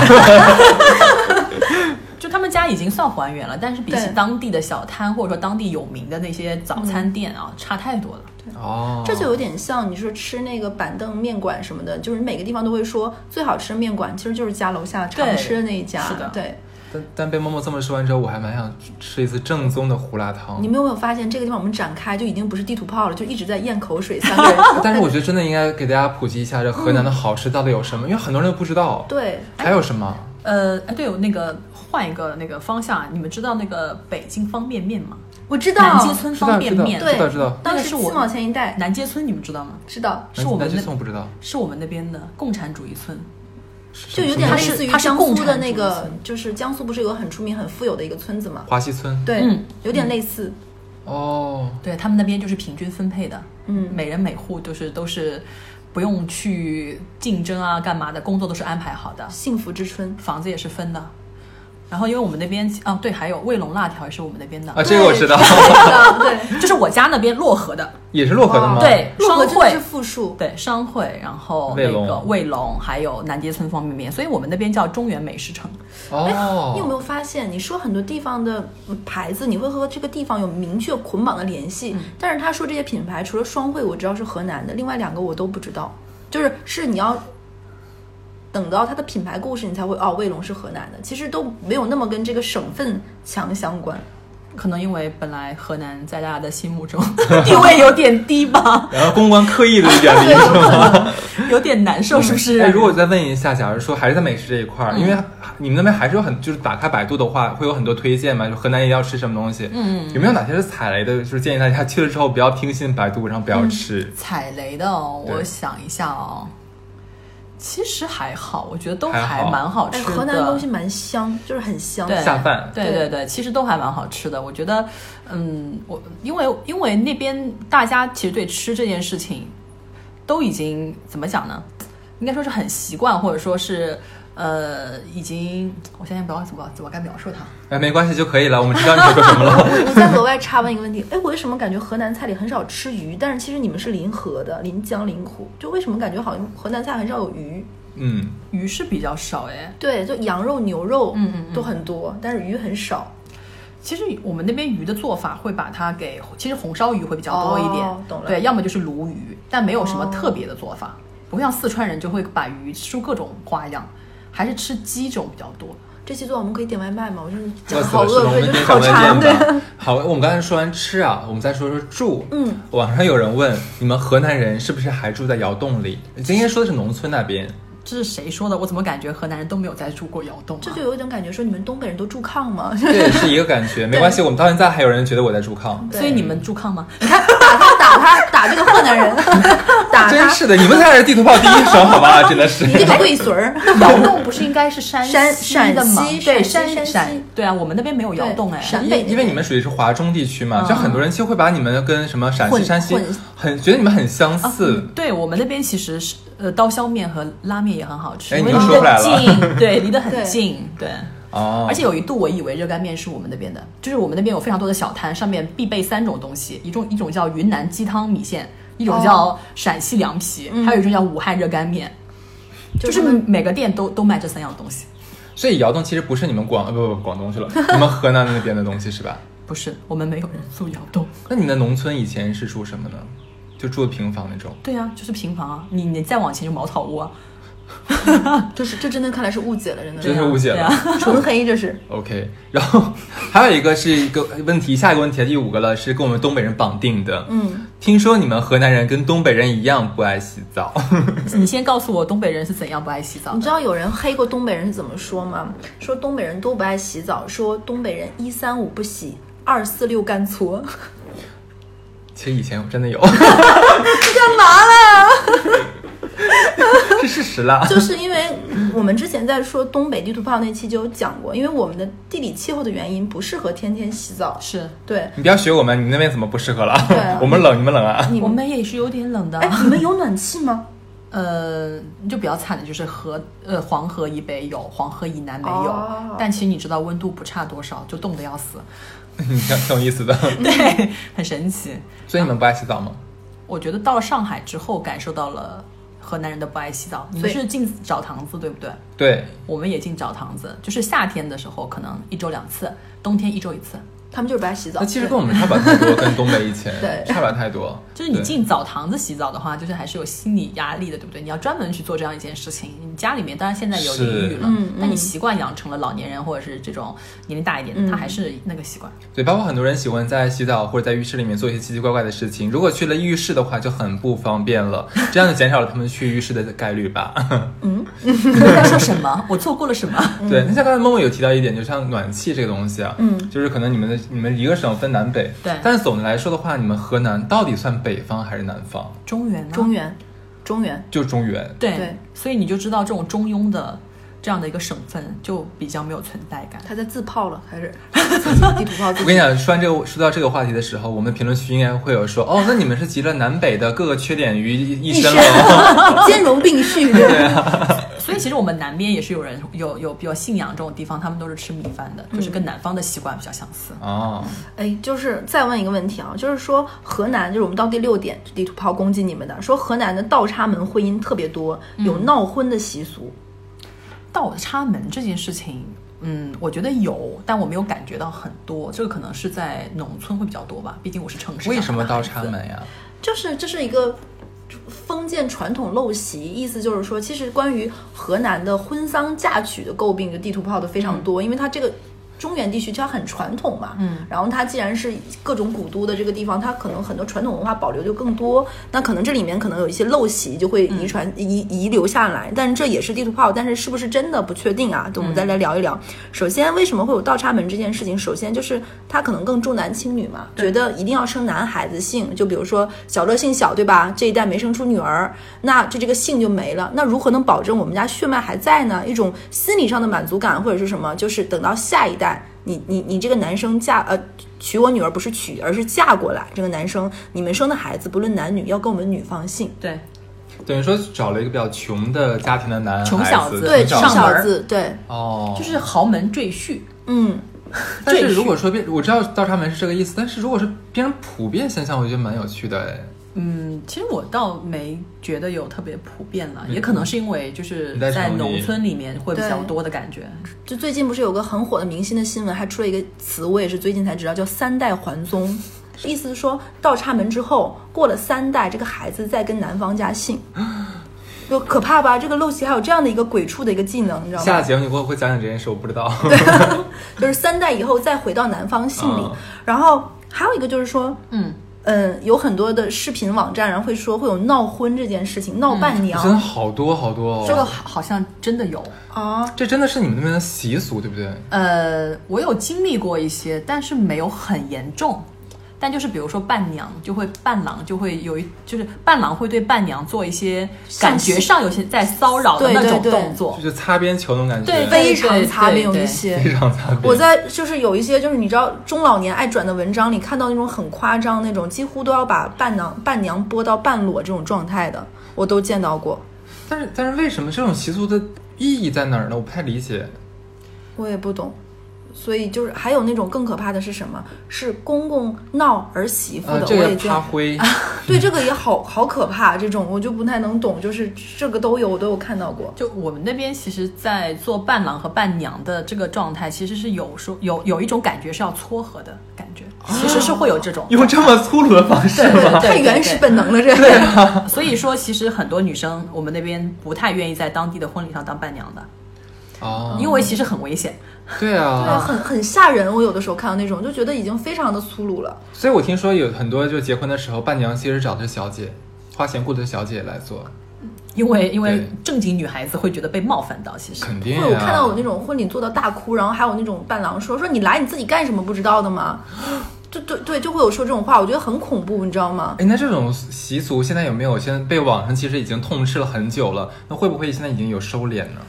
S2: 就他们家已经算还原了，但是比起
S3: 对嗯
S2: 当地的小摊或者说当地有名的那些早餐店啊，差太多了。
S1: 哦，
S3: 这就有点像你说吃那个板凳面馆什么的，就是每个地方都会说最好吃的面馆其实就是家楼下常吃的那一家。
S2: 是的
S3: 对，
S1: 但但被默默这么说完之后，我还蛮想吃一次正宗的胡辣汤
S2: 哦
S3: 你。们有没有发现这个地方我们展开就已经不是地图炮了，就一直在咽口水，三个 人。
S1: 但是我觉得真的应该给大家普及一下这河南的好吃到底有什么，因为很多人都不知道。
S3: 对，
S1: 还有什么？
S2: 呃，哎，对，有那个换一个那个方向，啊你们知道那个北京方便面吗？
S3: 我知道
S2: 南，街村
S1: 知道
S2: 方便面，
S1: 知道知道
S3: 当
S2: 那
S3: 时
S2: 个是
S3: 七
S2: 我
S3: 毛钱一袋，
S2: 南街村你们知道吗？
S3: 知道。
S2: 是我们
S1: 南京
S2: 那
S1: 送不知道，
S2: 是我们那边的共产主义村，
S3: 就有点
S1: 什么
S3: 类似于
S2: 它是
S3: 江苏
S2: 共产
S3: 的
S2: 主义
S3: 那个
S2: 村，
S3: 就是江苏不是有个很出名、很富有的一个村子嘛？
S1: 华西村。
S3: 对，
S2: 嗯
S3: 有点类似。
S1: 哦，
S2: 对他们那边就是平均分配的，
S3: 嗯
S2: 每人每户就是都是不用去竞争啊，干嘛的，工作都是安排好的，
S3: 幸福之春，
S2: 房子也是分的。然后因为我们那边啊，对，还有卫龙辣条也是我们那边的，
S1: 啊，这个我知道，
S2: 嗯
S3: 对，
S2: 就是我家那边漯河的，
S1: 也是漯河的吗？
S3: 哇
S2: 哦对
S3: 啊漯河真
S2: 双
S3: 的
S2: 汇
S3: 是富庶。
S2: 对，商会，然后
S1: 卫
S2: 那
S1: 龙
S2: 个卫龙，还有南街村方便面，所以我们那边叫中原美食城。
S1: 哦，
S3: 你有没有发现，你说很多地方的嗯牌子，你会和这个地方有明确捆绑的联系？
S2: 嗯
S3: 但是他说这些品牌，除了双汇我知道是河南的，另外两个我都不知道。就是是你要等到它的品牌故事，你才会哦，卫龙是河南的，其实都没有那么跟这个省份强相关。
S2: 可能因为本来河南 在大家的心目中地位有点低吧，
S1: 然后公关刻意的远离
S3: 对，有可能
S2: 有点难受，是不是？
S1: 哎，如果再问一下，假如说还是在美食这一块儿，因为你们那边还是有很，就是打开百度的话，会有很多推荐嘛，就河南一定要吃什么东西。嗯，有没有哪些是踩雷的？就是建议大家去了之后不要听信百度，然后不要吃。
S2: 踩雷的、哦，
S1: 对
S2: 我想一下哦，其实还好，我觉得都
S1: 还
S2: 还
S1: 好
S2: 蛮好
S3: 哎，
S2: 吃的。
S3: 河南东西蛮香，就是很香。
S2: 对
S1: 下饭
S2: 对对对，其实都还蛮好吃的。我觉得，嗯，我因为因为那边大家其实对吃这件事情都已经怎么讲呢？应该说是很习惯，或者说是呃，已经我想想不知道怎么怎么该描述它。
S1: 哎，没关系就可以了，我们知道你在说什么了。
S3: 我我在额外插问一个问题，哎，我为什么感觉河南菜里很少吃鱼？但是其实你们是临河的，临江临湖，就为什么感觉好像河南菜很少有鱼？
S1: 嗯，
S2: 鱼是比较少哎，
S3: 对，就羊肉、牛肉，
S2: 嗯嗯嗯
S3: 都很多，但是鱼很少。
S2: 其实我们那边鱼的做法会把它给，其实红烧鱼会比较多一点，
S3: 哦懂了哦
S2: 对，要么就是鲈鱼，但没有什么特别的做法，不会像四川人就会把鱼出各种花样，还是吃鸡种比较多。
S3: 这期做完我们可以点外卖吗？我真的讲
S1: 饿
S3: 得
S1: 死
S3: 好
S1: 了，是
S3: 饿，
S1: 吗？我们先找饭
S3: 对，就是好馋，对。
S1: 店吧。好，我们刚才说完吃啊，我们再说说住。
S3: 嗯，
S1: 网上有人问，你们河南人是不是还住在窑洞里？今天说的是农村那边。
S2: 这是谁说的？我怎么感觉河南人都没有在住过窑洞、啊？
S3: 这就有一种感觉，说你们东北人都住炕吗？
S1: 这也是一个感觉，没关系，我们到现在还有人觉得我在住炕，
S3: 对
S2: 所以你们住炕吗？
S3: 你看打他打他打这个河南人，打
S1: 真
S3: 他
S1: 是的，你们才是地图炮第一手，好吧？真的是
S3: 你。这个龟孙儿。
S2: 窑洞不是应该是山
S3: 山
S2: 西的吗？
S3: 陕西
S2: 对，
S3: 陕西
S2: 山
S3: 陕西
S2: 对啊，我们那边没有窑洞
S3: 对
S2: 哎。
S3: 陕
S1: 因
S3: 北
S1: 因为你们属于是华中地区嘛，就很多人就会把你们跟什么陕西、
S3: 嗯混
S1: 山西
S3: 混哦
S1: 很觉得你们很相似。
S2: 嗯对我们那边其实是呃刀削面和拉面也很好吃，
S1: 哎
S2: 因为
S1: 你
S2: 离
S1: 又说回来
S2: 得
S1: 了
S2: 近，对，离得很
S3: 对
S2: 近，对。
S3: 嗯
S1: 哦，
S2: 而且有一度我以为热干面是我们那边的，就是我们那边有非常多的小摊，上面必备三种东西，一种一种叫云南鸡汤米线，一种叫陕西凉皮，还有一种叫武汉热干面，
S3: 就
S2: 嗯就是是
S3: 他们
S2: 每个店都都卖这三样东西。
S1: 所以窑洞其实不是你们广呃不不不广东去了，你们河南那边的东西是吧？
S2: 不是，我们没有人住窑洞。
S1: 那你们的农村以前是住什么呢？就住的平房那种。
S2: 对啊，就是平房啊，你你再往前就茅草屋啊，
S3: 就是这真的看来是误解了，真的
S1: 真是误解了
S2: 对啊，
S3: 纯黑这是。
S1: OK，然后还有一个是一个问题，下一个问题第五个了，是跟我们东北人绑定的。
S3: 嗯，
S1: 听说你们河南人跟东北人一样不爱洗澡，
S2: 你先告诉我东北人是怎样不爱洗澡
S3: 你
S2: 的？
S3: 知道有人黑过东北人是怎么说吗？说东北人都不爱洗澡，说东北人一三五不洗，二四六干搓。
S1: 其实以前我真的有，
S3: 干嘛啦？
S1: 是事实啦。
S3: 就是因为我们之前在说东北地图炮那期就有讲过，因为我们的地理气候的原因不适合天天洗澡。
S2: 是
S3: 对，
S1: 你不要学我们，你们那边怎么不适合了？
S3: 对啊
S1: 我们冷，你们冷啊？
S3: 你
S2: 我
S3: 们
S2: 们也是有点冷的啊
S3: 哎，，你们有暖气吗？
S2: 呃，就比较惨的就是河呃黄河以北有，黄河以南没有，
S3: 哦
S2: 但其实你知道温度不差多少，就冻得要 死，
S1: 你挺挺有意思的。
S2: 对，很神奇。
S1: 所以你们不爱洗澡吗？
S2: 我觉得到了上海之后，感受到了河南人的不爱洗澡。你
S3: 所
S2: 们
S3: 以
S2: 是进澡堂子对不对？
S1: 对，
S2: 我们也进澡堂子，就是夏天的时候可能一周两次，冬天一周一次。
S3: 他们就是不爱洗澡
S1: 那。其实跟我们差不了太多，跟东北以前
S3: 对
S1: 差不了太多。
S2: 就是你
S1: 对
S2: 进澡堂子洗澡的话，就是还是有心理压力的，对不对？你要专门去做这样一件事情。你家里面当然现在有
S1: 是
S2: 淋浴了
S3: 嗯，嗯
S2: 但你习惯养成了老年人或者是这种年龄大一点的，他还是那 个习惯。
S1: 对，包括很多人喜欢在洗澡或者在浴室里面做一些奇奇怪怪的事情。如果去了浴室的话，就很不方便了，这样就减少了他们去浴室的概率吧。
S2: 你在说什么？我做过了什么？
S1: 对，那像刚才默默有提到一点，就像暖气这个东西啊，
S3: 嗯，
S1: 就是可能你们的你们一个省分南北，
S2: 对
S1: 但是总的来说的话，你们河南到底算北方还是南方？
S2: 中原 呢？
S3: 中原，中原。
S1: 就中原。
S2: 对，
S3: 对
S2: 所以你就知道这种中庸的这样的一个省份就比较没有存在感。
S3: 他在自泡了， 还是自己地图炮自
S1: 我
S3: 己
S1: 跟你？讲，说完这个说到这个话题的时候，我们评论区应该会有说，哦，那你们是集了南北的各个缺点于一身了哦。
S3: 兼容并蓄，对，
S2: 所以其实我们南边也是有人有有比较信仰这种地方，他们都是吃米饭的，就是
S3: 嗯
S2: 跟南方的习惯比较相似。
S1: 哦，
S3: 哎，就是再问一个问题啊，就是说河南，就是我们到第六点，地图炮攻击你们的，说河南的倒插门婚姻特别多，有
S1: 嗯
S3: 闹婚的习俗，
S2: 倒插门这件事情，嗯，我觉得有，但我没有感觉到很多。这个可能是在农村会比较多吧，毕竟我是城市。
S1: 为什么倒插？门呀？
S3: 就是这是一个封建传统陋习，意思就是说，其实关于河南的婚丧嫁娶的诟病，就地图炮的非常多，因为它这个中原地区它很传统嘛，嗯，然后它既然是各种古都的这个地方，它可能很多传统文化保留就更多，那可能这里面可能有一些陋习就会遗传、遗遗留下来，但这也是地图炮，但是是不是真的不确定啊？对，我们再来聊一聊。首先，为什么会有倒插门这件事情？首先就是它可能更重男轻女嘛，觉得一定要生男孩子姓，就比如说小乐姓小，对吧？这一代没生出女儿，那这这个姓就没了，那如何能保证我们家血脉还在呢？一种心理上的满足感或者是什么，就是等到下一代。你你你这个男生嫁呃娶我女儿不是娶，而是嫁过来。这个男生，你们生的孩子不论男女，要跟我们女方姓。
S2: 对，
S1: 等于说找了一个比较穷的家庭的男孩
S2: 穷小子
S3: 对，
S1: 穷
S3: 上
S1: 小
S2: 门
S3: 小
S2: 儿
S3: 字，对，
S1: 哦，
S2: 就是豪门赘婿。
S3: 嗯，
S1: 但是
S2: 赘婿
S1: 如果说变，我知道倒插门是这个意思，但是如果是变成普遍现象，我觉得蛮有趣的哎。
S2: 嗯，其实我倒没觉得有特别普遍
S1: 嗯
S2: 了，也可能是因为就是
S1: 你在
S2: 在
S1: 城里
S2: 农村里面会比较
S3: 对
S2: 多的感觉。
S3: 就最近不是有个很火的明星的新闻，还出了一个词，我也是最近才知道，叫“三代还 宗”，意思是说倒插门之后过了三代，这个孩子再跟男方家 姓，就可怕吧？这个陋习还有这样的一个鬼畜的一个技能，你知道吗
S1: 下？节目你给我会讲讲这件事，我不知道。
S3: 就是三代以后再回到男方姓里
S1: 嗯。
S3: 然后还有一个就是说，
S2: 嗯，
S3: 嗯，有很多的视频网站，然后会说会有闹婚这件事情，闹伴 娘
S2: 嗯
S1: 真的好多好多哦。
S2: 这个好好像真的有。
S3: 啊，
S1: 这真的是你们那边的习俗，对不对？
S2: 呃，我有经历过一些，但是没有很严重。但就是比如说伴娘就会伴郎就会有一就是伴郎会对伴娘做一些
S3: 上
S2: 感觉上有些在骚扰的
S3: 对
S2: 那
S3: 对
S2: 种
S3: 对
S2: 动作
S1: 就，是擦边球那种感觉，
S2: 对
S3: 非
S2: 对
S3: 常擦边有
S2: 对
S3: 一
S2: 对
S3: 些。
S1: 非常擦边。
S3: 我在就是有一些就是你知道中老年爱转的文章里看到那种很夸张那种，几乎都要把伴娘伴娘播到半裸这种状态的，我都见到过。
S1: 但是但是为什么这种习俗的意义在哪儿呢？我不太理解。
S3: 我也不懂。所以就是还有那种更可怕的是什么？是公公闹儿媳妇的，
S2: 啊
S1: 呃，这
S3: 我
S1: 个
S3: 也见
S1: 趴灰，
S3: 对这个也好好可怕，这种我就不太能懂，就是这个都有，我都有看到 过。
S2: 就我们那边，其实，在做伴郎和伴娘的这个状态，其实是有说有有一种感觉是要撮合的感觉，其实是会哦有这种。
S1: 用这么粗鲁的方式吗？
S2: 对
S3: 太原始本能了，这个。
S2: 所以说，其实很多女生，我们那边不太愿意在当地的婚礼上当伴娘的，
S1: 哦，
S2: 因为其实很危险。
S1: 对
S3: 对啊，
S1: 啊，
S3: 很很吓人。我有的时候看到那种，就觉得已经非常的粗鲁了。
S1: 所以我听说有很多就结婚的时候，伴娘其实找的是小姐，花钱雇的小姐来做，
S2: 因为因为
S1: 对
S2: 正经女孩子会觉得被冒犯到，其实
S1: 肯
S3: 会
S1: 定、啊。
S3: 有看到有那种婚礼做到大哭，然后还有那种伴郎说说你来你自己干什么不知道的吗？就对对，就会有说这种话，我觉得很恐怖，你知道吗？
S1: 哎，那这种习俗现在有没有？现在被网上其实已经痛斥了很久了，那会不会现在已经有收敛呢？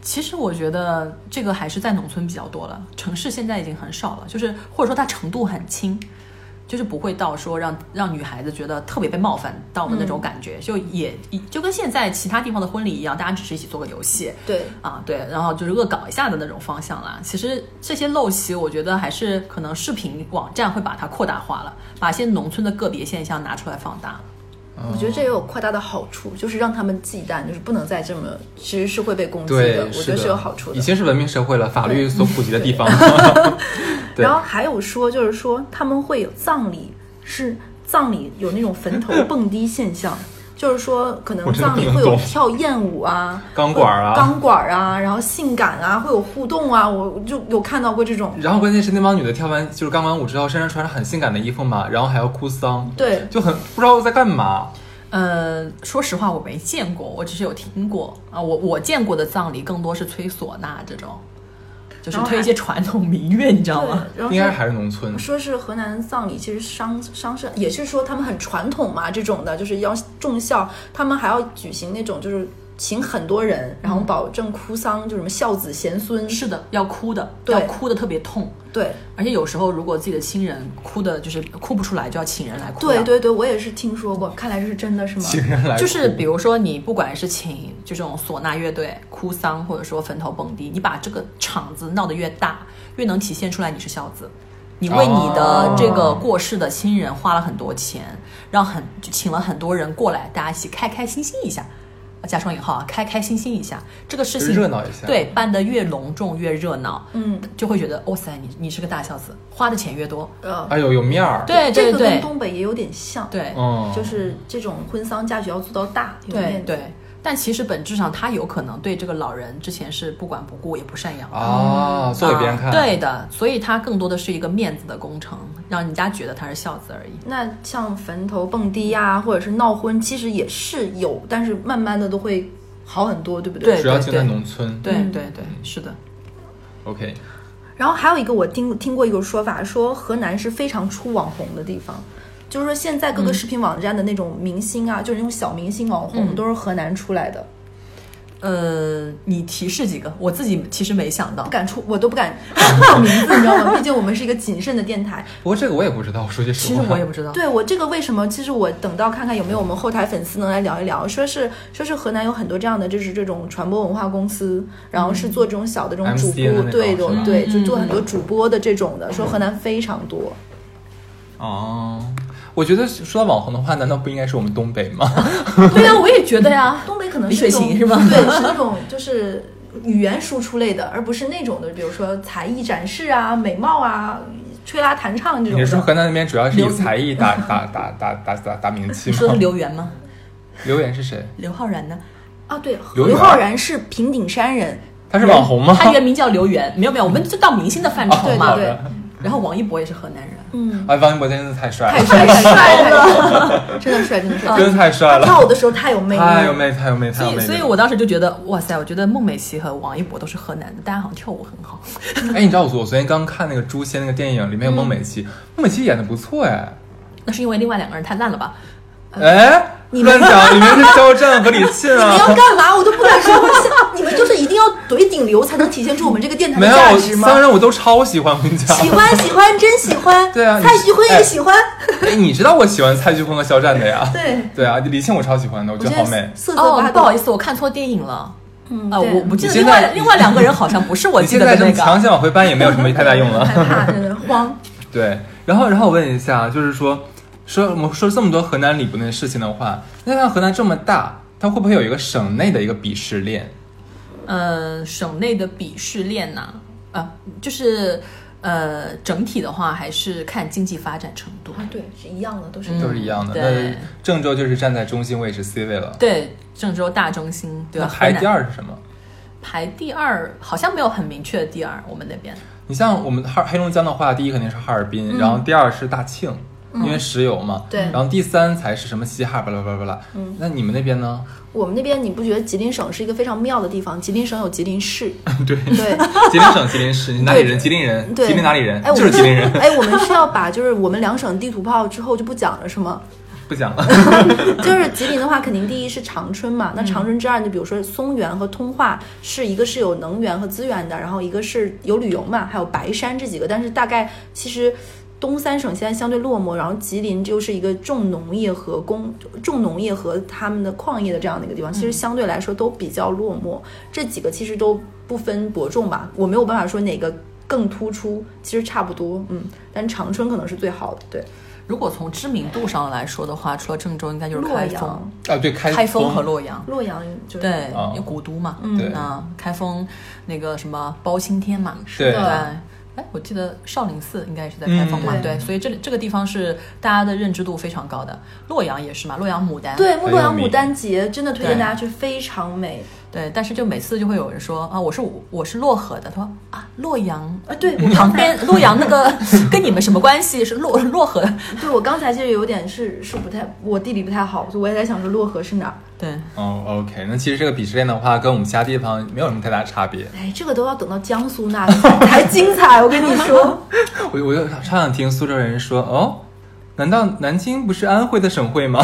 S2: 其实我觉得这个还是在农村比较多了，城市现在已经很少了，就是或者说它程度很轻，就是不会到说让让女孩子觉得特别被冒犯到的那种感觉，就也就跟现在其他地方的婚礼一样，大家只是一起做个游戏。
S3: 对，
S2: 啊，对，然后就是恶搞一下的那种方向啦。其实这些陋习，我觉得还是可能视频网站会把它扩大化了，把一些农村的个别现象拿出来放大了。
S3: 我觉得这也有扩大的好处，就是让他们忌惮，就是不能再这么，其实是会被攻击
S1: 对
S3: 的。，我觉
S1: 的
S3: 得是有好处的
S1: 已。经是文明社会了，法律所普及的地方。对
S3: 然后还有说，就是说他们会有葬礼，是葬礼有那种 坟头蹦迪现象，就是说可能
S1: 我真的
S3: 葬礼
S1: 不能
S3: 会有
S1: 懂
S3: 跳艳舞啊、
S1: 钢管儿啊
S3: 钢管儿啊，然后性感啊，会有互动啊，我就有看到过这种。
S1: 然后关键是那帮女的跳完就是钢管舞之后，身上穿着很性感的衣服嘛，然后还要哭丧，
S3: 对
S1: 就很不知道在干嘛。
S2: 呃，说实话，我没见过，我只是有听过啊。我我见过的葬礼更多是吹唢呐这种，就是
S3: 然后
S2: 推一
S3: 还
S2: 些传统民乐，你知道吗？
S3: 对，然后
S1: 应该还是农 村，
S2: 嗯
S3: 说是河南葬礼，其实丧丧事也是说他们很传统嘛，这种的就是要重孝，他们还要举行那种就是请很多人，然后保证哭丧，就什么孝子贤孙，
S2: 嗯是的，要哭的，
S3: 对
S2: 要哭的特别痛，
S3: 对。
S2: 而且有时候如果自己的亲人哭的，就是哭不出来，就要请人来哭。
S3: 对。对对，我也是听说过，看来这是真的，是吗？
S1: 竟然来
S2: 就是比如说，你不管是请这种唢呐乐队、哭丧，或者说坟头蹦迪，你把这个场子闹得越大，越能体现出来你是孝子。你为你的这个过世的亲人花了很多钱，让很请了很多人过来，大家一起开开心心一下，加双引号啊，开开心心一下，这个事情
S1: 热闹一下
S2: 对，办得越隆重越热闹，
S3: 嗯，
S2: 就会觉得哇、塞，你你是个大孝子，花的钱越多，
S3: 呃，
S1: 哎呦有面儿，
S2: 啊对
S3: 这
S2: 对
S3: 个跟
S2: 对
S3: 东北也有点像，，
S2: 对，哦
S1: 嗯，
S3: 就是这种婚丧嫁娶要做到大，有
S2: 对
S3: 面子
S2: 对，但其实本质上他有可能对这个老人之前是不管不顾也不赡养的。
S1: 啊，做给别人看，
S2: 啊对的，所以他更多的是一个面子的工程，让人家觉得他是孝子而已。
S3: 那像坟头蹦迪呀、或者是闹婚，其实也是有，但是慢慢的都会好很多，对不对？
S2: 对
S1: 主要就在农村。
S2: 对
S3: 嗯
S2: 对对，是的，
S1: OK，
S3: 然后还有一个我听听过一个说法，说河南是非常出网红的地方，就是说现在各
S1: 嗯
S3: 个视频网站的那种明星啊，就是那种小明星网红，
S2: 嗯
S3: 都是河南出来的，
S2: 呃，你提示几个？我自己其实没想 到
S3: 不。敢出，我都不敢报名字，你知道吗？毕竟我们是一个谨慎的电台。
S1: 不过这个我也不知道，说句实
S2: 其
S1: 话，
S2: 实我也不知道，
S3: 对我这个为什么？其实我等到看看有没有我们后台粉丝能来聊一聊，说是说是河南有很多这样的，就是这种传播文化公司，然后是做这种小的这种主
S1: MCN 嗯的那种
S3: 播，对
S1: 是
S3: 的
S1: 吧，
S3: 对，就
S2: 嗯
S3: 做很多主播的这种的，说河南非常多。
S1: 哦，我觉得说到网红的话，难道不应该是我们东北吗？
S2: 对呀、我也觉得呀。
S3: 东北可能
S2: 李
S3: 是
S2: 水
S3: 一种
S2: 琴是吗
S3: 对，是那种就是语言输出类的，而不是那种的，比如说才艺展示啊、美貌啊、吹拉弹唱这
S1: 你是说
S3: 种的。
S1: 河南那边主要是以
S2: 刘
S1: 才艺打打打打打打打名气
S2: 你 说
S1: 吗
S2: 的是？刘源吗？
S1: 刘源是谁？
S2: 刘昊然呢？
S3: 啊，对，
S1: 刘
S3: 刘
S1: 源
S3: 昊然是平顶山人，
S1: 他是网红吗？
S2: 他原名叫刘源，没有没有，我们就到明星的范畴
S1: 哦
S2: 嘛。
S1: 好
S3: 对对
S1: 的
S2: 然后王一博也是河南人，
S3: 嗯，
S1: 哎，王一博真的太帅
S3: 太
S1: 了，
S3: 帅太帅了，真的帅，真的 帅，
S1: 真的太帅
S3: 他跳舞
S1: 了，哎
S3: 的时候太有魅力，
S1: 太有魅力，太有魅力，太
S2: 所
S1: 有
S2: 以
S1: 魅力。
S2: 所以我当时就觉得，哇塞，我觉得孟美岐和王一博都是河南的，大家好像跳舞很好。
S1: 哎，你知道我昨我昨天刚看那个《诛仙》那个电影，里面有
S2: 嗯
S1: 孟美岐，孟美岐演的不错哎。
S2: 那是因为另外两个人太烂了吧？嗯
S1: 哎，乱 讲，里面是肖战和李沁
S3: 你
S1: 啊
S3: 要。干嘛？我都不敢说，我想 你们就是一定要怼顶流才能体现出我们这个电台
S1: 没
S3: 的
S1: 有
S3: 价，值吗？
S1: 三人我都超喜欢，我跟你讲。
S3: 喜欢喜欢真喜欢，
S1: 对啊你
S3: 蔡徐坤
S1: 哎
S3: 也喜欢，
S1: 哎，你知道我喜欢蔡徐坤和肖战的呀？
S3: 对，
S1: 对啊，李沁我超喜欢的，我
S3: 我
S1: 觉
S3: 现
S1: 得好
S3: 在
S1: 美。
S3: 瑟瑟
S2: 哦
S3: 发，
S2: 不
S3: 抖
S2: 好意思，我看错电影了。
S3: 嗯
S2: 啊，
S3: 对
S2: 我不记得
S1: 你现
S2: 另
S1: 在
S2: 外另外两个人好像不是我
S1: 你
S2: 记
S1: 现
S2: 得
S1: 在
S2: 的
S1: 这么
S2: 那
S1: 强
S2: 个。
S1: 行往回搬也没有什么太大用了。
S3: 害怕，真的慌。
S1: 对，然后然后我问一下，就是说说我们说这么多河南礼部的事情的话，那像河南这么大，它会不会有一个省内的一个鄙视链？
S2: 呃，省内的鄙视链呐、啊，就是呃，整体的话还是看经济发展程度。
S3: 啊，对，是一样的，都是
S2: 嗯
S1: 都是一样的。
S2: 对
S1: 那郑州就是站在中心位置 C 位了。
S2: 对，郑州大中心，对
S1: 那
S2: 吧？
S1: 排第
S2: 河南，
S1: 二是什么？
S2: 排第二好像没有很明确的第二，我们那边。
S1: 你像我们哈黑龙江的话，第一肯定是哈尔滨，然后第二是大庆，因为石油嘛。
S3: 嗯对
S1: 然后第三才是什么西哈巴拉巴拉巴拉。嗯。那你们那边呢？
S3: 我们那边，你不觉得吉林省是一个非常妙的地方？吉林省有吉林市，
S1: 对。
S3: 对
S1: 吉林省吉林市，你哪里人？吉林人，
S3: 对，
S1: 吉林哪里人？
S3: 哎，我
S1: 就是
S3: 们，
S1: 吉林人
S3: 哎，我们是要把就是我们两省地图炮之后就不讲了，是吗？
S1: 不讲了。
S3: 就是吉林的话，肯定第一是长春嘛。
S2: 嗯
S3: 那长春之二，你比如说松原和通化，是一个是有能源和资源的，然后一个是有旅游嘛，还有白山这几个。但是大概其实东三省现在相对落寞，然后吉林就是一个重农业和工重农业和他们的矿业的这样的一个地
S2: 嗯
S3: 方，其实相对来说都比较落寞。这几个其实都不分伯仲吧，我没有办法说哪个。更突出，其实差不多，嗯，但长春可能是最好的，对，
S2: 如果从知名度上来说的话，除了郑州，应该就是
S3: 洛
S2: 开
S3: 阳
S2: 封、，
S1: 啊，对，开
S2: 开封和洛阳。
S3: 洛阳就是
S2: 对
S1: 哦，
S2: 有古都嘛，
S1: 对
S2: 那开封那个什么包青天嘛，
S1: 对
S2: 对吧。哎，我记得少林寺应该是在开封嘛，
S3: 嗯
S2: 对，所以这里这个地方是大家的认知度非常高的。洛阳也是嘛，洛阳牡丹，
S3: 对，莫
S1: 很
S3: 洛
S1: 有
S3: 阳牡
S1: 名
S3: 丹节真的推荐
S2: 对
S3: 大家去，非常美。
S2: 对，但是就每次就会有人说啊，我是我是漯河的，他说啊，洛阳
S3: 啊，对，
S2: 旁 边洛阳那个跟你们什么关系？是洛洛河，
S3: 对我刚才其实有点是是不太，我地理不太好，所以我也在想说漯河是哪儿。
S2: 对，
S1: 哦，OK，那其实这个鄙视链的话，跟我们其他地方没有什么太大差别。
S3: 哎，这个都要等到江苏 那里才精彩，我跟你 说。
S1: 我我又超想听苏州人说，哦，难道南京不是安徽的省会吗？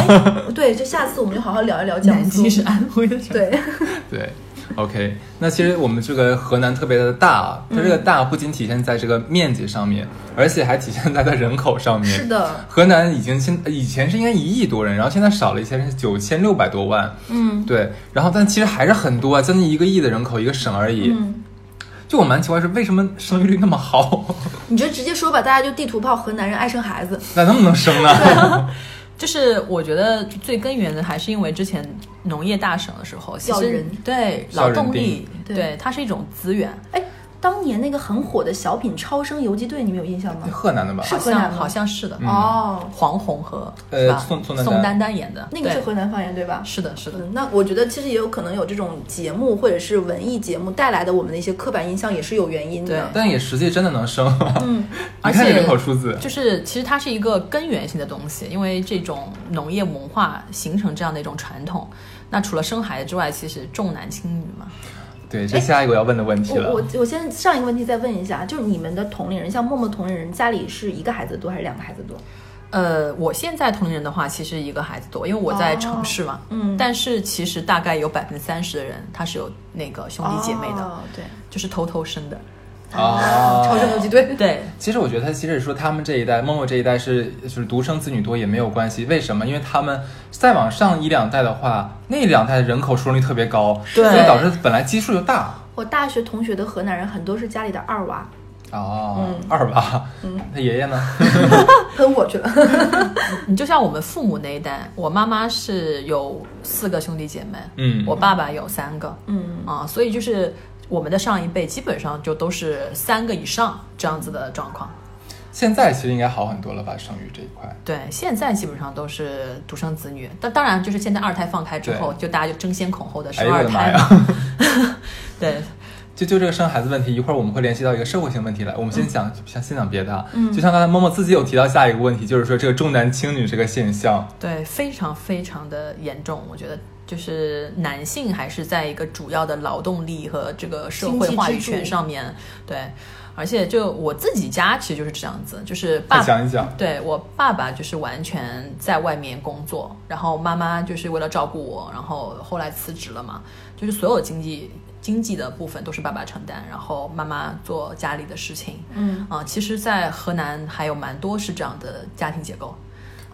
S3: 对，就下次我们就好好聊一聊江
S2: 南
S3: 苏。
S2: 京是安徽的，，
S3: 对，
S1: 对，OK，那其实我们这个河南特别的大，啊它这
S3: 嗯
S1: 个大不仅体现在这个面积上面，而且还体现在它人口上面。
S3: 是的，
S1: 河南已经现以前是应该一亿多人，然后现在少了一些，是九千六百多万。
S3: 嗯
S1: 对，然后但其实还是很多啊，将近一个亿的人口一个省而已。
S3: 嗯，
S1: 就我蛮奇怪是为什么生育率那么好，
S3: 你就直接说吧，大家就地图炮，河南人爱生孩子。
S1: 那能不能生呢？
S3: 啊
S2: 就是我觉得最根源的还是因为之前农业大省的时候，其
S3: 要
S2: 实
S3: 人
S2: 对
S1: 要
S2: 劳
S1: 人
S2: 动
S1: 定
S2: 力，
S3: 对
S2: 对它是一种资源。
S3: 哎，当年那个很火的小品《超生游击队》，你们有印象吗？
S1: 河南的吧？
S3: 是
S2: 好
S3: 河南
S2: 像
S3: 吗
S2: 好像是的，
S3: 哦，
S2: 黄宏和
S1: 嗯呃
S2: 是吧？
S1: 宋宋
S2: 宋
S1: 丹丹
S2: 丹丹演的
S3: 那个是
S2: 对
S3: 河南方言对吧？
S2: 是的，是的，
S3: 嗯，那我觉得其实也有可能有这种节目或者是文艺节目带来的我们的一些刻板印象也是有原因的。
S1: 但也实际真的能生。嗯，你
S2: 而
S1: 看这
S2: 且
S1: 人口数字，
S2: 就是其实它是一个根源性的东西，因为这种农业文化形成这样的一种传统。那除了生孩子之外，其实重男轻女嘛，
S1: 对，这下一个我要问的问题
S3: 哎我
S1: 了。
S3: 我我先上一个问题再问一下，就是你们的同龄人，像默默同龄人，家里是一个孩子多还是两个孩子多？
S2: 呃，我现在同龄人的话，其实一个孩子多，因为我在城市嘛，
S3: 嗯
S2: 但是其实大概有百分之三十的人他是有那个兄弟姐妹的，啊
S3: 哦、对，
S2: 就是偷偷生 的。
S1: 啊
S3: 超生游击队，
S2: 对，
S1: 其实我觉得，他其实说他们这一代，默默这一代是就是独生子女多也没有关系。为什么？因为他们再往上一两代的话，那两代的人口出生率特别高，
S2: 对
S1: 所以导致本来基数就大。
S3: 我大学同学的河南人很多是家里的二娃，
S1: 哦，
S2: 嗯
S1: 二娃，他爷爷呢？
S3: 喷我去了。
S2: 你就像我们父母那一代，我妈妈是有四个兄弟姐妹，
S1: 嗯
S2: 我爸爸有三个，
S3: 嗯，
S2: 啊，所以就是我们的上一辈基本上就都是三个以上这样子的状况。
S1: 现在其实应该好很多了吧？生育这一块，
S2: 对，现在基本上都是独生子女，但当然就是现在二胎放开之后，就大家就争先恐后的
S1: 哎
S2: 生
S1: 呦我
S2: 二
S1: 的妈
S2: 胎
S1: 呀
S2: 嘛。！ 对，
S1: 就就这个生孩子问题，一会儿我们会联系到一个社会性问题来。我们先
S2: 嗯
S1: 讲，先先讲别的啊。嗯，就像刚才默默自己有提到下一个问题，就是说这个重男轻女这个现象。
S2: 对，非常非常的严重，我觉得就是男性还是在一个主要的劳动力和这个社会话语权上面，对，而且就我自己家其实就是这样子，就是爸
S1: 快讲一讲。
S2: 对我爸爸就是完全在外面工作，然后妈妈就是为了照顾我，然后后来辞职了嘛，就是所有经济经济的部分都是爸爸承担，然后妈妈做家里的事情。
S3: 嗯，
S2: 啊、其实，在河南还有蛮多是这样的家庭结构。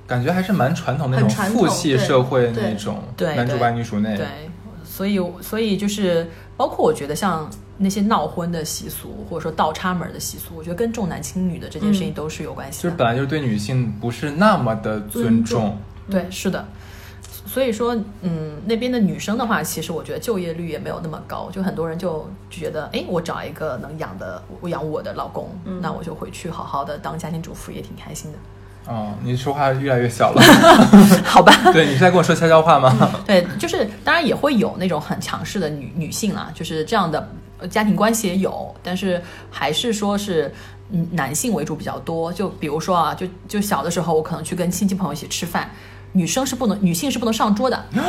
S1: 感觉还是蛮传统的那种
S3: 很传统
S1: 父系社会那种，
S2: 对对
S1: 男主外女主内。
S2: 对，所以所以就是包括我觉得像那些闹婚的习俗，或者说倒插门的习俗，我觉得跟重男轻女的这件事情都是有关系
S1: 就
S2: 的。
S1: 是本来就是对女性不是那么的尊
S3: 尊重
S2: 对，是的。所以说，嗯，那边的女生的话，其实我觉得就业率也没有那么高，就很多人就觉得，哎，我找一个能养的，我养我的老公，那我就回去好好的当家庭主妇，也挺开心的，
S1: 哦，你说话越来越小了，
S2: 好吧？
S1: 对你是在跟我说悄悄话 吗？
S2: 对，就是当然也会有那种很强势的女女性啦，就是这样的呃家庭关系也有，但是还是说是。嗯，男性为主比较多，就比如说啊，就就小的时候，我可能去跟亲戚朋友一起吃饭，女生是不能，女性是不能上桌的
S1: 嗯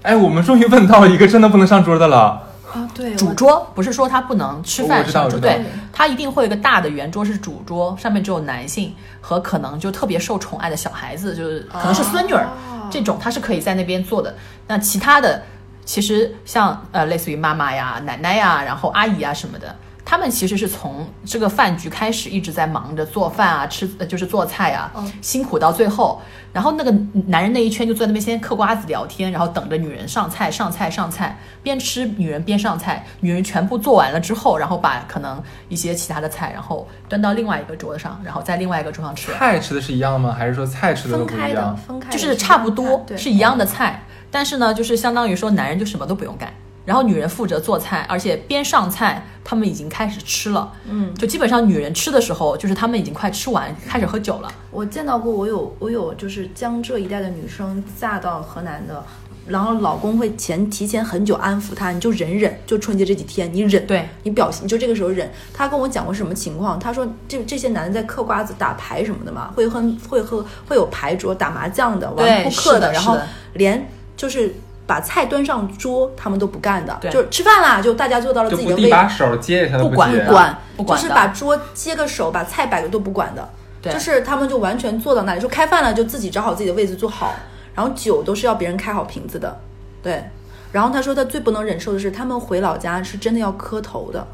S1: 哎，我们终于问到一个真的不能上桌的了。
S3: 啊，对，
S2: 主桌不是说他不能吃
S1: 哦我
S2: 饭
S1: 知道
S2: 上
S1: 我
S2: 桌，
S1: 知道
S2: 对，他一定会有一个大的圆桌是主桌，上面只有男性和可能就特别受宠爱的小孩子，就是可能是孙女儿、
S1: 哦
S2: 这种，他是可以在那边坐的。那其他的，其实像呃类似于妈妈呀、奶奶呀，然后阿姨啊什么的。他们其实是从这个饭局开始一直在忙着做饭啊，吃呃就是做菜啊，辛苦到最后。然后那个男人那一圈就坐在那边先嗑瓜子聊天，然后等着女人上菜上菜上菜，边吃女人边上菜，女人全部做完了之后，然后把可能一些其他的菜，然后端到另外一个桌子上，然后在另外一个桌上吃完。
S1: 菜吃的是一样吗？还是说菜吃的都
S3: 分
S1: 不
S3: 开
S1: 一
S3: 的，
S1: 样？
S3: 分开
S2: 就
S3: 的
S2: 是差不多
S3: 对，
S2: 是一样的菜，但是呢，就是相当于说男人就什么都不用干，然后女人负责做菜，而且边上菜他们已经开始吃了，嗯，就基本上女人吃的时候，就是他们已经快吃完，开始喝酒了。
S3: 我见到过，我有我有就是江浙一带的女生嫁到河南的，然后老公会前提前很久安抚她，你就忍忍，就春节这几天你忍，
S2: 对
S3: 你表现你就这个时候忍。她跟我讲过什么情况？她说这这些男的在嗑瓜子、打牌什么的嘛，会很会喝会有牌桌、打麻将的、玩
S2: 对
S3: 扑克
S2: 是的
S3: 然后
S2: 是的
S3: 连就是。把菜端上桌，他们都不干的，
S2: 对
S3: 就是吃饭啦，就大家坐到了
S1: 就
S3: 自己
S1: 不
S3: 的位
S1: 递
S3: 置，
S1: 把手接一下都
S2: 不管
S1: 接
S2: 不
S3: 管，
S2: 不管
S3: 就是
S2: 的
S3: 把桌接个手，把菜摆个都不管的，
S2: 对
S3: 就是他们就完全坐到那里，说开饭了就自己找好自己的位置坐好，然后酒都是要别人开好瓶子的，对。然后他说他最不能忍受的是，他们回老家是真的要磕头的，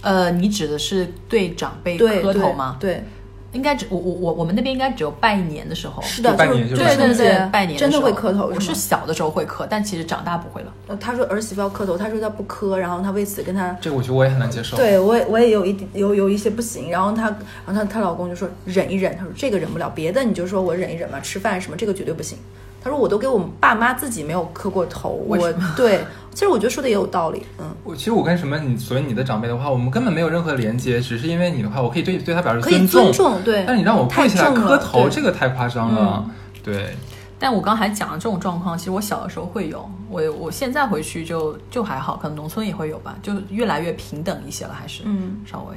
S2: 呃，你指的是对长辈
S3: 对，
S2: 磕头
S3: 对
S2: 吗？
S3: 对，
S2: 应该只我我我我们那边应该只有拜年的时候，
S3: 是的，
S1: 拜
S3: 就
S1: 年
S3: 是
S1: 就是
S2: 对
S1: 吧
S2: 对
S3: 春节
S2: 对，哦拜年的
S3: 真的
S2: 时候
S3: 会磕头，
S2: 我
S3: 是
S2: 是
S3: 吗
S2: 小的时候会磕，但其实长大不会了。
S3: 呃他说儿媳妇要磕头，他说他不磕，然后他为此跟他
S1: 这个我觉得我也很难接受。
S3: 对我也我也有一点有有一些不行，然后她然后她她老公就说忍一忍，她说这个忍不了，别的你就说我忍一忍吧，吃饭什么这个绝对不行。他说我都给我爸妈自己没有磕过头，
S2: 为
S3: 我
S2: 什么
S3: 对，其实我觉得说的也有道理，嗯，
S1: 我其实我跟什么你所谓你的长辈的话，我们根本没有任何连接，只是因为你的话，我可以对对他表示
S3: 可以
S1: 重，
S3: 尊重，对，
S1: 但你让我跪下来
S3: 太重
S1: 磕
S3: 了
S1: 头，
S3: 对嗯
S1: 这个太夸张了。对，
S2: 但我刚才讲的这种状况，其实我小的时候会有，我我现在回去就就还好，可能农村也会有吧，就越来越平等一些了，还是
S3: 嗯，
S2: 稍微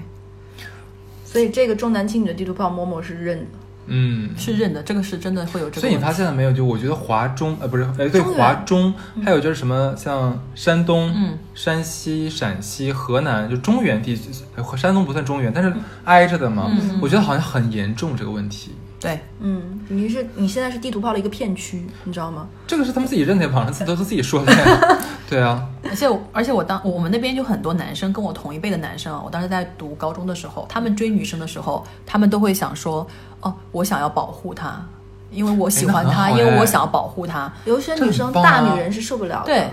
S3: 所以这个重男轻女的地图炮，某某是认的。
S1: 嗯。
S2: 是认的，这个是真的会有这个
S1: 所以
S2: 问
S1: 你
S2: 题。
S1: 发现了没有？就我觉得华中，呃，不是，呃，对，
S3: 中原
S1: 华中，还有就是什么，像山东、
S2: 嗯
S1: 山西、陕西、河南，就中原地区，呃山东不算中原，但是挨着的嘛。
S2: 嗯
S1: 我觉得好像很严重这个问题。
S2: 对，
S3: 嗯，你是你现在是地图炮的一个片区，你知道吗？
S1: 这个是他们自己认的，网上自都是自己说的 呀。对啊，
S2: 而且我而且我当我们那边就很多男生跟我同一辈的男生啊，我当时在读高中的时候，他们追女生的时候，他们都会想说，哦，我想要保护她，因为我喜欢
S1: 哎那很
S2: 她，
S1: 好
S2: 因为
S1: 哎
S2: 我想要保护她。
S3: 有一些女生、
S1: 这很棒啊
S3: 大女人是受不了的。
S2: 对，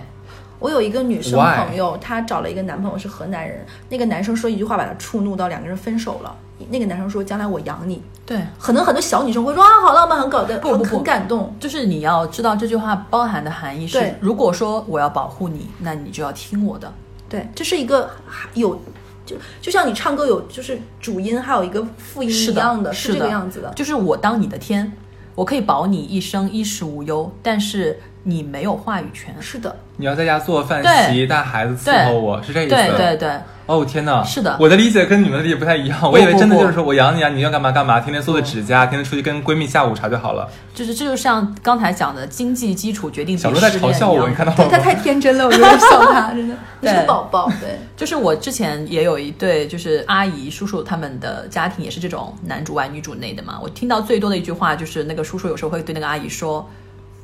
S3: 我有一个女生
S1: Why？
S3: 朋友，她找了一个男朋友是河南人，那个男生说一句话把她触怒到两个人分手了。那个男生说将来我养你，
S2: 对，
S3: 可能很多小女生会说啊好浪漫，很搞的，
S2: 不不
S3: 很
S2: 不
S3: 很感动。
S2: 就是你要知道这句话包含的含义是
S3: 对，
S2: 如果说我要保护你，那你就要听我的。
S3: 对，这是一个有就就像你唱歌有就是主音，还有一个副音
S2: 是
S3: 一
S2: 的
S3: 样的，
S2: 是
S3: 这个
S2: 的
S3: 样子的。
S2: 就是我当你的天，我可以保你一生衣食无忧，但是你没有话语权。
S3: 是的，
S1: 你要在家做饭、
S2: 对
S1: 洗衣、带孩子、伺候我，是这意
S2: 对
S1: 思。
S2: 对对，
S1: 哦天哪！
S2: 是的
S1: 我的理解跟你们的理解不太一样。我以为
S2: 不
S1: 真的
S2: 不
S1: 就是说我养你啊，你要干嘛干嘛，天天做的指甲，天天出去跟闺蜜下午茶就好了。
S2: 就是这就像刚才讲的，经济基础决定
S1: 小
S2: 鄙
S1: 罗
S2: 视
S1: 在
S2: 链
S1: 嘲笑
S2: 一
S1: 我，
S2: 样
S1: 你看到
S3: 对
S1: 了
S3: 她
S1: 吗？
S3: 太天真了，我有点笑她，真的， 你是个
S2: 对
S3: 宝宝，对。
S2: 就是我之前也有一对，就是阿姨叔叔他们的家庭也是这种男主外女主内的嘛。我听到最多的一句话就是，那个叔叔有时候会对那个阿姨说：“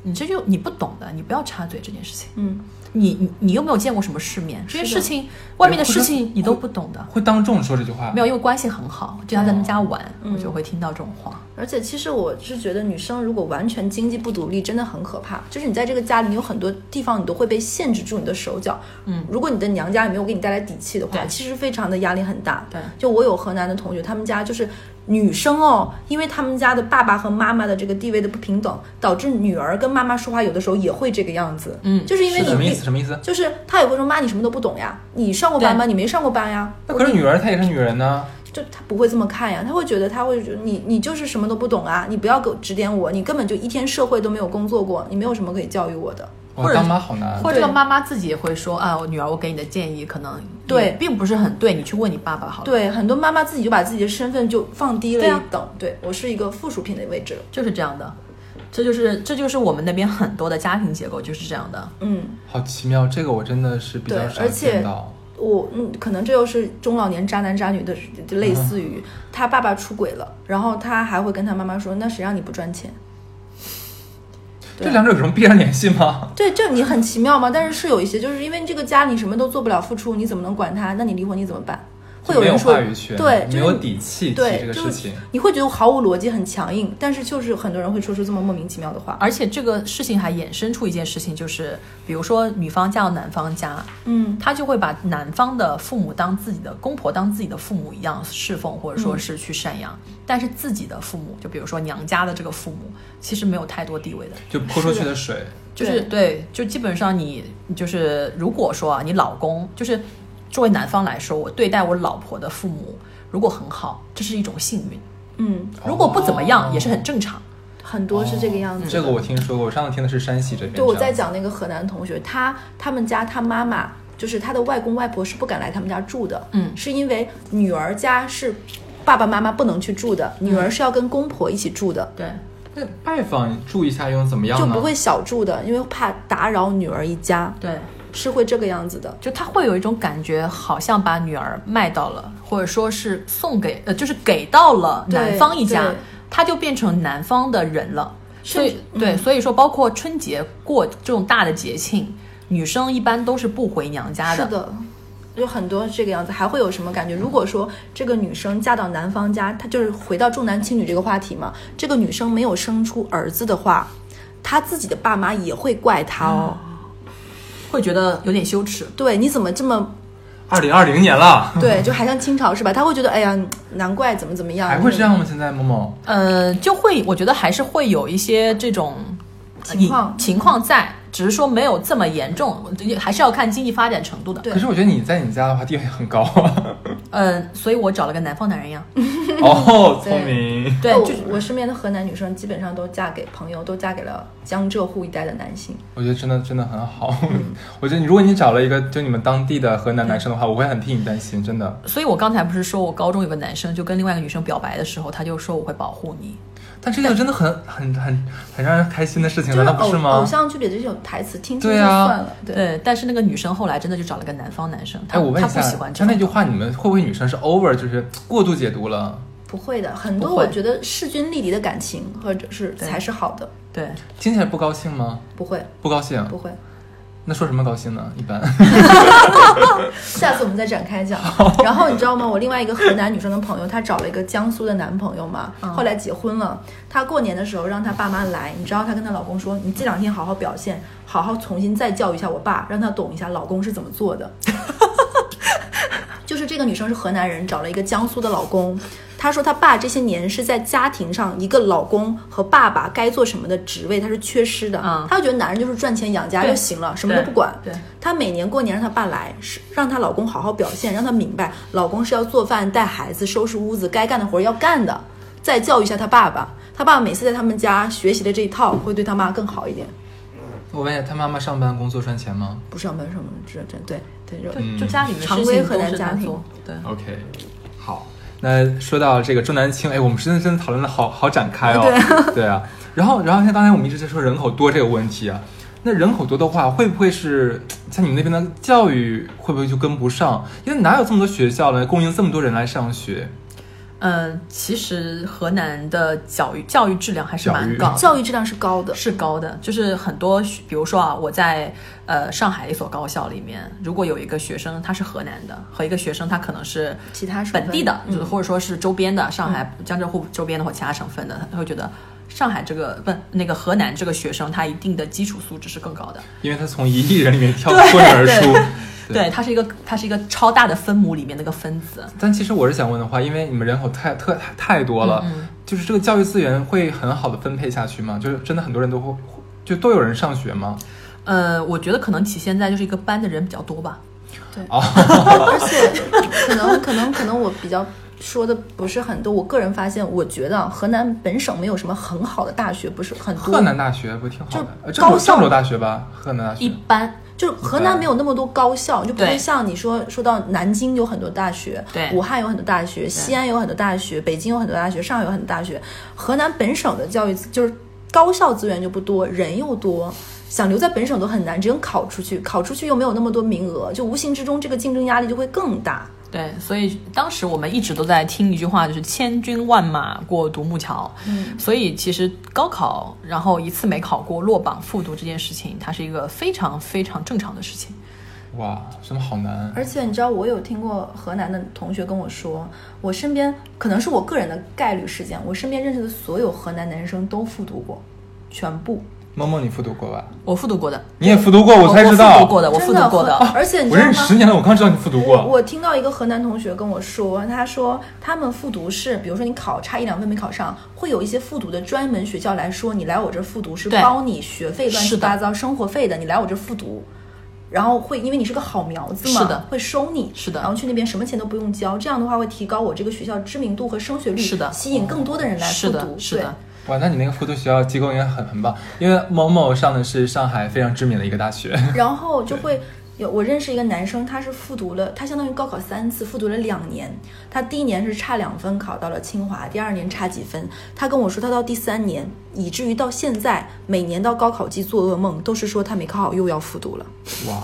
S2: 你这就你不懂的，你不要插嘴这件事情。
S3: 嗯，
S2: 你你你又没有见过什么世面，这些
S3: 是的
S2: 事情外面的
S1: 或者
S2: 事情你都不懂的。
S1: 会当众说这句话
S2: 没？有，因为关系很好，经常在他们家玩，我
S3: 嗯
S2: 就会听到这种话。
S3: 而且，其实我是觉得，女生如果完全经济不独立，真的很可怕。就是你在这个家里，你有很多地方你都会被限制住你的手脚。
S2: 嗯，
S3: 如果你的娘家也没有给你带来底气的话，
S2: 对
S3: 其实非常的压力很大。
S2: 对
S3: 就我有河南的同学，他们家就是女生哦，因为他们家的爸爸和妈妈的这个地位的不平等，导致女儿跟妈妈说话有的时候也会这个样子。
S2: 嗯
S3: 就是因为
S1: 是什么意
S3: 你
S1: 思？。什么意思？
S3: 就是他也会说妈，你什么都不懂呀，你上过班吗？你没上过班呀。
S1: 那可是女儿她也是女人呢。
S3: 就他不会这么看呀，他会觉得他会觉得你你就是什么都不懂啊，你不要给我指点我，你根本就一天社会都没有工作过，你没有什么可以教育我的。
S2: 或
S1: 哇，
S2: 者
S1: 当妈好难。
S2: 或者这个
S3: 嗯对
S2: 妈妈自己也会说啊，我女儿，我给你的建议可能也
S3: 对
S2: 并不是很对，你去问你爸爸好了。，
S3: 对，很多妈妈自己就把自己的身份就放低了
S2: 对啊
S3: 一等，对,、我是一个附属品的位置了。
S2: 就是这样的，这就是这就是我们那边很多的家庭结构就是这样的。
S3: 嗯，
S1: 好奇妙，这个我真的是比较
S3: 对
S1: 少
S3: 而且
S1: 见到。
S3: 我嗯，可能这又是中老年渣男渣女的，就类
S1: 嗯
S3: 似于他爸爸出轨了，然后他还会跟他妈妈说，那谁让你不赚钱？对
S1: 这两者有什么必然联系吗？
S3: 对，这你很奇妙吗？但是是有一些，就是因为这个家你什么都做不了，付出你怎么能管他？那你离婚你怎么办？ 会
S1: 没有
S3: 人说
S1: 话语权，
S3: 对，
S1: 没
S3: 就是
S1: 有
S3: 你
S1: 底气提
S3: 对
S1: 这个
S3: 就
S1: 事
S3: 是
S1: 情。
S3: 你会觉得毫无逻辑、很强硬，但是就是很多人会说出这么莫名其妙的话。
S2: 而且这个事情还衍生出一件事情，就是比如说女方嫁到男方家，
S3: 嗯，
S2: 她就会把男方的父母当自己的公婆当自己的父母一样侍奉，或
S3: 嗯
S2: 者说是去赡养，但是自己的父母，就比如说娘家的这个父母，其实没有太多地位的。
S1: 就泼出去的水，
S2: 就是对，就基本上你就是如果说啊，你老公就是作为男方来说，我对待我老婆的父母如果很好，这是一种幸运；
S3: 嗯，
S2: 如果不怎么样，
S1: 哦
S2: 也是很正常。
S3: 很多是这个样
S1: 嗯
S3: 子。
S1: 这个我听说过，我上次听的是山西这边。
S3: 对我
S1: 这样
S3: 在讲那个河南同学，他他们家他妈妈就是他的外公外婆是不敢来他们家住的，
S2: 嗯
S3: 是因为女儿家是爸爸妈妈不能去住的，女
S1: 嗯
S3: 儿是要跟公婆一起住的。
S2: 对，
S1: 那拜访住一下又能怎么样
S3: 就
S1: 呢？
S3: 不会小住的，因为怕打扰女儿一家，
S2: 对，
S3: 是会这个样子的。
S2: 就他会有一种感觉，好像把女儿卖到了，或者说是送给呃，就是给到了男
S3: 对
S2: 方一家
S3: 对，
S2: 他就变成男方的人了。所以
S3: 甚至嗯
S2: 对，所以说包括春节过这种大的节庆，女生一般都是不回娘家
S3: 是的，有很多这个样子，还会有什么感觉？如果说这个女生嫁到男方家，她就是回到重男轻女这个话题嘛，这个女生没有生出儿子的话，她自己的爸妈也会怪她哦。
S1: 嗯
S2: 会觉得有点羞耻。
S3: 对，你怎么这么
S1: 二零二零年了，
S3: 对？就还像清朝是吧？她会觉得哎呀，难怪怎么怎么样，嗯
S1: 还会这样吗？现在某某
S2: 呃，就会我觉得还是会有一些这种
S3: 情况嗯
S2: 情况在，只是说没有这么严重，还是要看经济发展程度的。
S3: 对
S1: 可是我觉得你在你家的话地位很高 啊。
S2: 嗯，所以我找了个南方男人呀。
S3: 嗯
S1: 哦，聪明。
S2: 对，
S3: 我
S2: 就是
S3: 我身边的河南女生基本上都嫁给朋友，都嫁给了江浙沪一带的男性。
S1: 我觉得真的真的很好。 我觉得你如果你找了一个就你们当地的河南男生的话，我会很替你担心，真的。
S2: 所以我刚才不是说我高中有个男生就跟另外一个女生表白的时候，他就说我会保护你。
S1: 但这个真的很很很很让人开心的事情，
S3: 就
S1: 难道不
S3: 偶
S1: 是
S3: 偶
S2: 哦
S1: 吗？
S3: 像剧里的这种台词听听就
S1: 对啊
S3: 算了，对。
S2: 对，但是那个女生后来真的就找了个南方男生，
S1: 哎，
S2: 她
S1: 我问
S2: 她
S1: 一
S2: 不
S1: 下
S2: 喜欢，这
S1: 像那
S2: 种。
S1: 句话，你们会不会女生是 over 就是过度解读了？
S3: 不会的，很多
S2: 不会
S3: 我觉得势均力敌的感情，或者是才是好的。
S2: 对，
S1: 听起来不高兴吗？
S3: 不会，
S1: 不高兴，
S3: 不会。
S1: 那说什么高兴呢？一般
S3: 下次我们再展 开讲。然后你知道吗？我另外一个河南女生的朋友，她找了一个江苏的男朋友嘛，
S2: 嗯
S3: 后来结婚了。她过年的时候让她爸妈来，你知道她跟她老公说：“你这两天好好表现，好好重新再教育一下我爸，让他懂一下老公是怎么做的。” 就是这个女生是河南人，找了一个江苏的老公。她说她爸这些年是在家庭上一个老公和爸爸该做什么的职位，她是缺失的。
S2: 嗯
S3: 她就觉得男人就是赚钱养家就
S2: 对
S3: 行了，什么都不管。
S2: 对，
S3: 她每年过年让她爸来，是让她老公好好表现，让她明白老公是要做饭、带孩子、收拾屋子，该干的活儿要干的，再教育一下她爸爸。她爸爸每次在他们家学习的这一套，会对她妈更好一点。
S1: 我问一下，他妈妈上班工作赚钱吗
S3: 不上班什么这这对对这种
S1: 嗯
S2: 就就家里面
S3: 常
S2: 事
S3: 规
S2: 情
S3: 河
S2: 都
S3: 南
S2: 是
S3: 家
S2: 他
S3: 庭
S2: 做。对，
S1: ？OK，好。那说到这个重男轻，哎，我们真的真的讨论的好好展开哦。 对啊，然后然后像刚才我们一直在说人口多这个问题啊，那人口多的话，会不会是像你们那边的教育会不会就跟不上？因为哪有这么多学校来供应这么多人来上学？
S2: 嗯，其实河南的教育教育质量还是
S1: 教
S2: 蛮
S1: 育
S2: 高的，
S3: 教育质量是高的。
S2: 是高的，就是很多学，比如说啊，我在呃上海一所高校里面，如果有一个学生他是河南的，和一个学生他可能是
S3: 其他省份
S2: 本地的，
S3: 嗯
S2: 就是或者说是周边的，上海、江浙沪周边的或其他省份的，他会觉得上海这个不那个河南这个学生他一定的基础素质是更高的，
S1: 因为他从一亿人里面跳脱颖而出。
S2: 对，它是一个它是一个超大的分母里面那个分子，
S1: 但其实我是想问的话，因为你们人口太特太太多了，就是这个教育资源会很好的分配下去吗？就是真的很多人都会就都有人上学吗？
S2: 呃，我觉得可能体现在就是一个班的人比较多吧，
S3: 而且可能可能可能我比较说的不是很多，我个人发现，我觉得啊河南本省没有什么很好的大学，不是很多。
S1: 河南大学不挺好
S3: 就
S1: 的？呃郑州
S3: 高校
S1: 郑州大学吧，河南大
S2: 一
S1: 学。
S2: 般
S3: 就是河南没有那么多高校，就不会
S2: 对
S3: 像你说说到南京有很多大学，
S2: 对
S3: 武汉有很多大学，西安有很多大学，北京有很多大学，上海有很多大学。河南本省的教育资就是高校资源就不多，人又多，想留在本省都很难，只能考出去，考出去又没有那么多名额，就无形之中这个竞争压力就会更大。
S2: 对，所以当时我们一直都在听一句话，就是“千军万马过独木桥”。嗯，所以其实高考，然后一次没考过落榜复读这件事情，它是一个非常非常正常的事情。
S1: 哇，真的好难。
S3: 而且你知道，我有听过河南的同学跟我说，我身边可能是我个人的概率事件，我身边认识的所有河南男生都复读过，全部。
S1: 默默，你复读过吧？
S2: 我复读过的，
S1: 你也复读过，
S3: 哦
S2: 我
S1: 才知道。
S2: 我复读过的，我复读过
S3: 真
S2: 的。
S3: 而且你
S1: 我
S3: 知道
S1: 认识十
S3: 吗？
S1: 年了，我刚知道你复读过。
S3: 我听到一个河南同学跟我说，他说他们复读是，比如说你考差一两分没考上，会有一些复读的专门学校来说，你来我这儿复读是
S2: 对
S3: 包你学费乱七
S2: 是的
S3: 八糟生活费的，你来我这儿复读，然后会因为你是个好苗子嘛，
S2: 是的
S3: 会收你，
S2: 是的
S3: 然后去那边什么钱都不用交，这样的话会提高我这个学校知名度和升学率，
S2: 是的
S3: 吸引更多的人来复
S2: 是
S3: 读，
S2: 的，是
S3: 对
S2: 的，
S1: 哇，那你那个复读学校机构应该很很棒，因为某某上的是上海非常知名的一个大学。
S3: 然后就会有我认识一个男生，他是复读了，他相当于高考三次，复读了两年。他第一年是差两分考到了清华，第二年差几分。他跟我说，他到第三年，以至于到现在，每年到高考季做噩梦，都是说他没考好又要复读了，
S1: 哇，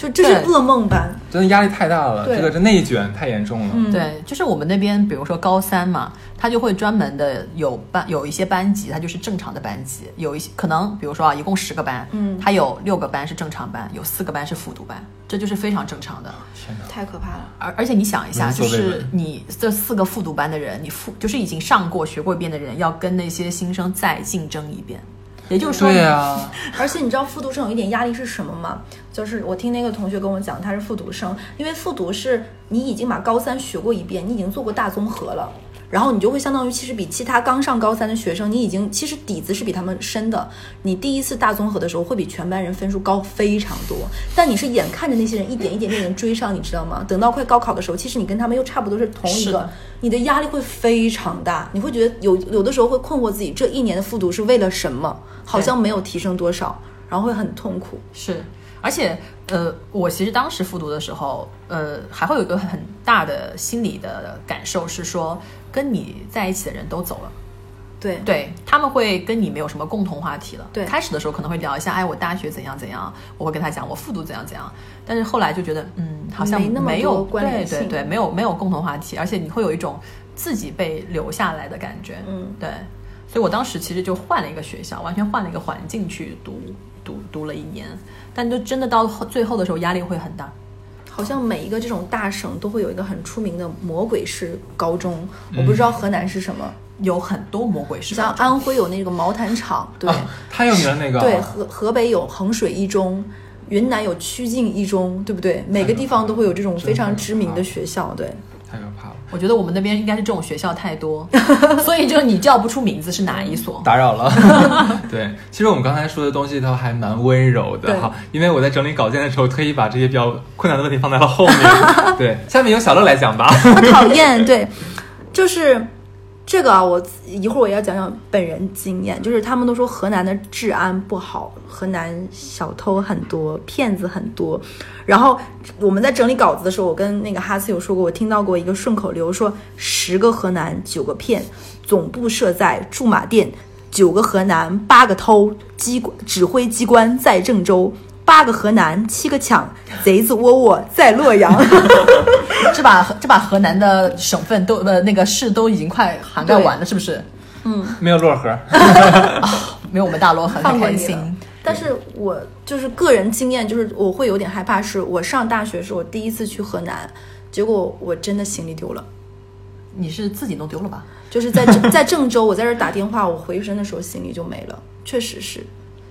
S3: 就这是
S2: 对
S3: 噩梦班。
S1: 真的压力太大了，
S3: 对
S1: 这个这内卷太严重了。
S3: 嗯
S2: 对，就是我们那边，比如说高三嘛，他就会专门的有班，有一些班级，它就是正常的班级，有一些可能，比如说啊，一共十个班，
S3: 嗯
S2: 它有六个班是正常班，有四个班是复读班，这就是非常正常的。
S1: 天哪！
S3: 太可怕了。
S2: 而而且你想一下，
S1: 闻
S2: 就
S1: 所未
S2: 是
S1: 闻
S2: 你这四个复读班的人，你复就是已经上过学过一遍的人，要跟那些新生再竞争一遍，也就是说，
S1: 对啊，
S3: 而且你知道复读生有一点压力是什么吗？就是我听那个同学跟我讲，他是复读生，因为复读是你已经把高三学过一遍，你已经做过大综合了，然后你就会相当于其实比其他刚上高三的学生，你已经其实底子是比他们深的。你第一次大综合的时候会比全班人分数高非常多，但你是眼看着那些人一点一点点点追上，你知道吗？等到快高考的时候，其实你跟他们又差不多是同一
S2: 是
S3: 个
S2: 的，
S3: 你的压力会非常大，你会觉得有有的时候会困惑自己这一年的复读是为了什么，好像没有提升多少，然后会很痛苦。
S2: 是，而且呃，我其实当时复读的时候，呃，还会有一个很大的心理的感受是说，跟你在一起的人都走了。
S3: 对
S2: 对他们会跟你没有什么共同话题了。
S3: 对
S2: 开始的时候可能会聊一下，哎，我大学怎样怎样，我会跟他讲我复读怎样怎样，但是后来就觉得，嗯，好像
S3: 没那么
S2: 没有
S3: 多关联
S2: 对对
S3: 性
S2: 对，没有没有共同话题，而且你会有一种自己被留下来的感觉。
S3: 嗯，
S2: 对，所以我当时其实就换了一个学校，完全换了一个环境去读读读了一年，但就真的到后最后的时候压力会很大。
S3: 好像每一个这种大省都会有一个很出名的魔鬼式高中，我不知道河南是什么，
S4: 嗯
S2: 有很多魔鬼式
S3: 像
S2: 高中，
S3: 安徽有那个毛毯厂，对、
S1: 哦
S4: 啊，太有名了那个，
S3: 对，河河北有衡水一中，云南有曲靖一中，对不对？每个地方都会有这种非常知
S4: 啊
S3: 名的学校，对。
S4: 太可怕了，
S2: 我觉得我们那边应该是这种学校太 多，所以就是你叫不出名字是哪一所。
S4: 打扰了。 对，其实我们刚才说的东西都还蛮温柔的
S3: 对
S4: 哈，因为我在整理稿件的时候特意把这些比较困难的问题放在了后 面。对，下面由小乐来讲吧。
S3: 我讨厌，对，就是这个啊，我一会儿我要讲讲本人经验，就是他们都说河南的治安不好，河南小偷很多，骗子很多。然后我们在整理稿子的时候，我跟那个哈斯有说过，我听到过一个顺口溜，说十个河南九个骗，总部设在驻马店，九个河南八个偷，机关指挥机关在郑州。八个河南，七个抢，贼子窝窝在洛阳。
S2: 这把这把河南的省份都呃那个市都已经快涵盖完了，是不是？
S4: 没有摞盒，
S2: 没有我们大罗很
S3: 放过
S2: 开
S3: 你
S2: 心。
S3: 了。但是我就是个人经验，就是我会有点害怕，是我上大学时候我第一次去河南，结果我真的行李丢了。
S2: 你是自己弄丢了吧？
S3: 就是在 郑在郑州，我在这儿打电话，我回身的时候行李就没了，确实是，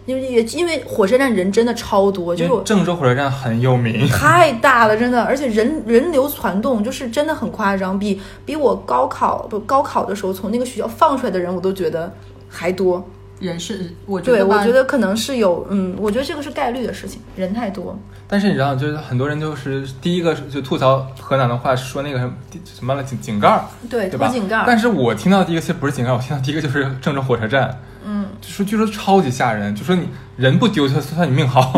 S3: 因为也因为火车站人真的超多，就
S4: 因
S3: 是
S4: 为
S3: 我
S4: 郑州火车站很有名。
S3: 太大了，真的，而且人人流攒动就是真的很夸张，比比我高考不高考的时候从那个学校放出来的人，我都觉得还多。
S2: 人是我觉
S3: 对，
S2: 得吧
S3: 我觉得可能是有，嗯，我觉得这个是概率的事情，人太多。
S4: 但是你知道，就是很多人就是第一个就吐槽河南的话，说那个什么什么了井井盖儿，
S3: 对，
S4: 对
S3: 偷
S4: 吧？
S3: 井盖儿。
S4: 但是我听到第一个其实不是井盖儿，我听到第一个就是郑州火车站，嗯，就说据说超级吓人，就说你人不丢，就算你命 好。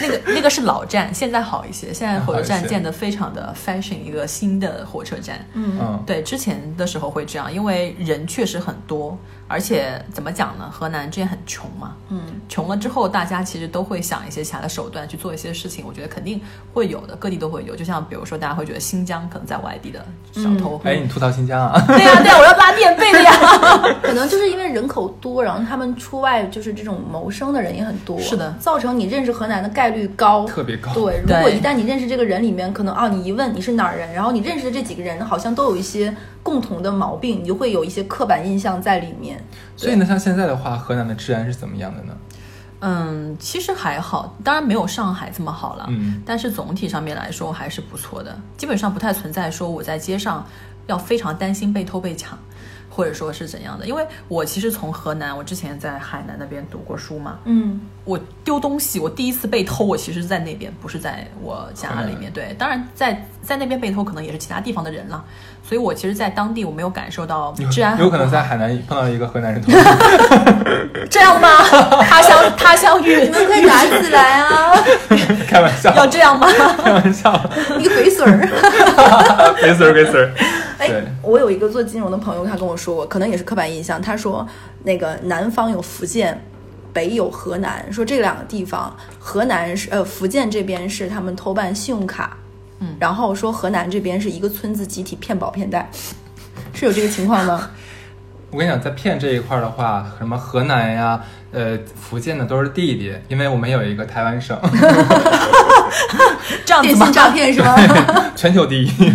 S2: 那个那个是老站，现在好一些。现在火车
S4: 好一
S2: 站
S4: 些
S2: 建得非常的 fashion，一个新的火车站。
S4: 嗯，
S2: 对，之前的时候会这样，因为人确实很多，而且怎么讲呢？河南之前很穷嘛，
S3: 嗯，
S2: 穷了之后，大家其实都会想一些其他的手段去做一些事情，我觉得肯定会有的，各地都会有。就像比如说，大家会觉得新疆可能在外地的小偷会，
S4: 哎，
S1: 嗯
S4: 你吐槽新疆啊？
S2: 对呀、对呀、我要拉垫背的呀。
S3: 可能就是因为人口多，然后他们出外就是这种谋生的人也很多，
S2: 是的
S3: 造成你认识河南的概率高，
S4: 特别高
S3: 对，如
S2: 对
S3: 果一旦你认识这个人里面，可能啊，你一问你是哪儿人，然后你认识的这几个人好像都有一些共同的毛病，你就会有一些刻板印象在里面。
S4: 所以呢，像现在的话，河南的治安是怎么样的呢？
S2: 嗯，其实还好，当然没有上海这么好了，
S4: 嗯，
S2: 但是总体上面来说还是不错的，基本上不太存在说我在街上要非常担心被偷被抢，或者说是怎样的。因为我其实从河南，我之前在海南那边读过书嘛，
S3: 嗯，
S2: 我丢东西，我第一次被偷，我其实是在那边，不是在我家里面。对，当然在在那边被偷，可能也是其他地方的人了，所以我其实，在当地我没有感受到
S4: 有
S2: 治安很
S4: 有可能
S2: 不好
S4: 在海南碰到一个河南人 偷。
S2: 这样吗？他乡他乡遇，
S3: 你们可以打起来啊，
S4: 开玩笑，
S2: 要这样吗？
S4: 开玩 笑，
S3: 一个回水儿。
S4: 没事儿没事儿。
S3: 哎
S4: 对，
S3: 我有一个做金融的朋友，他跟我说过，可能也是刻板印象。他说，那个南方有福建，北有河南，说这两个地方，河南是呃福建这边是他们偷办信用卡，
S2: 嗯
S3: 然后说河南这边是一个村子集体骗保骗贷，是有这个情况吗？
S4: 我跟你讲，在骗这一块儿的话，什么河南呀、呃福建的都是弟弟，因为我们有一个台湾省，
S2: 这样子
S3: 电
S2: 吗
S3: 信？诈骗是吗？
S4: 全球第一。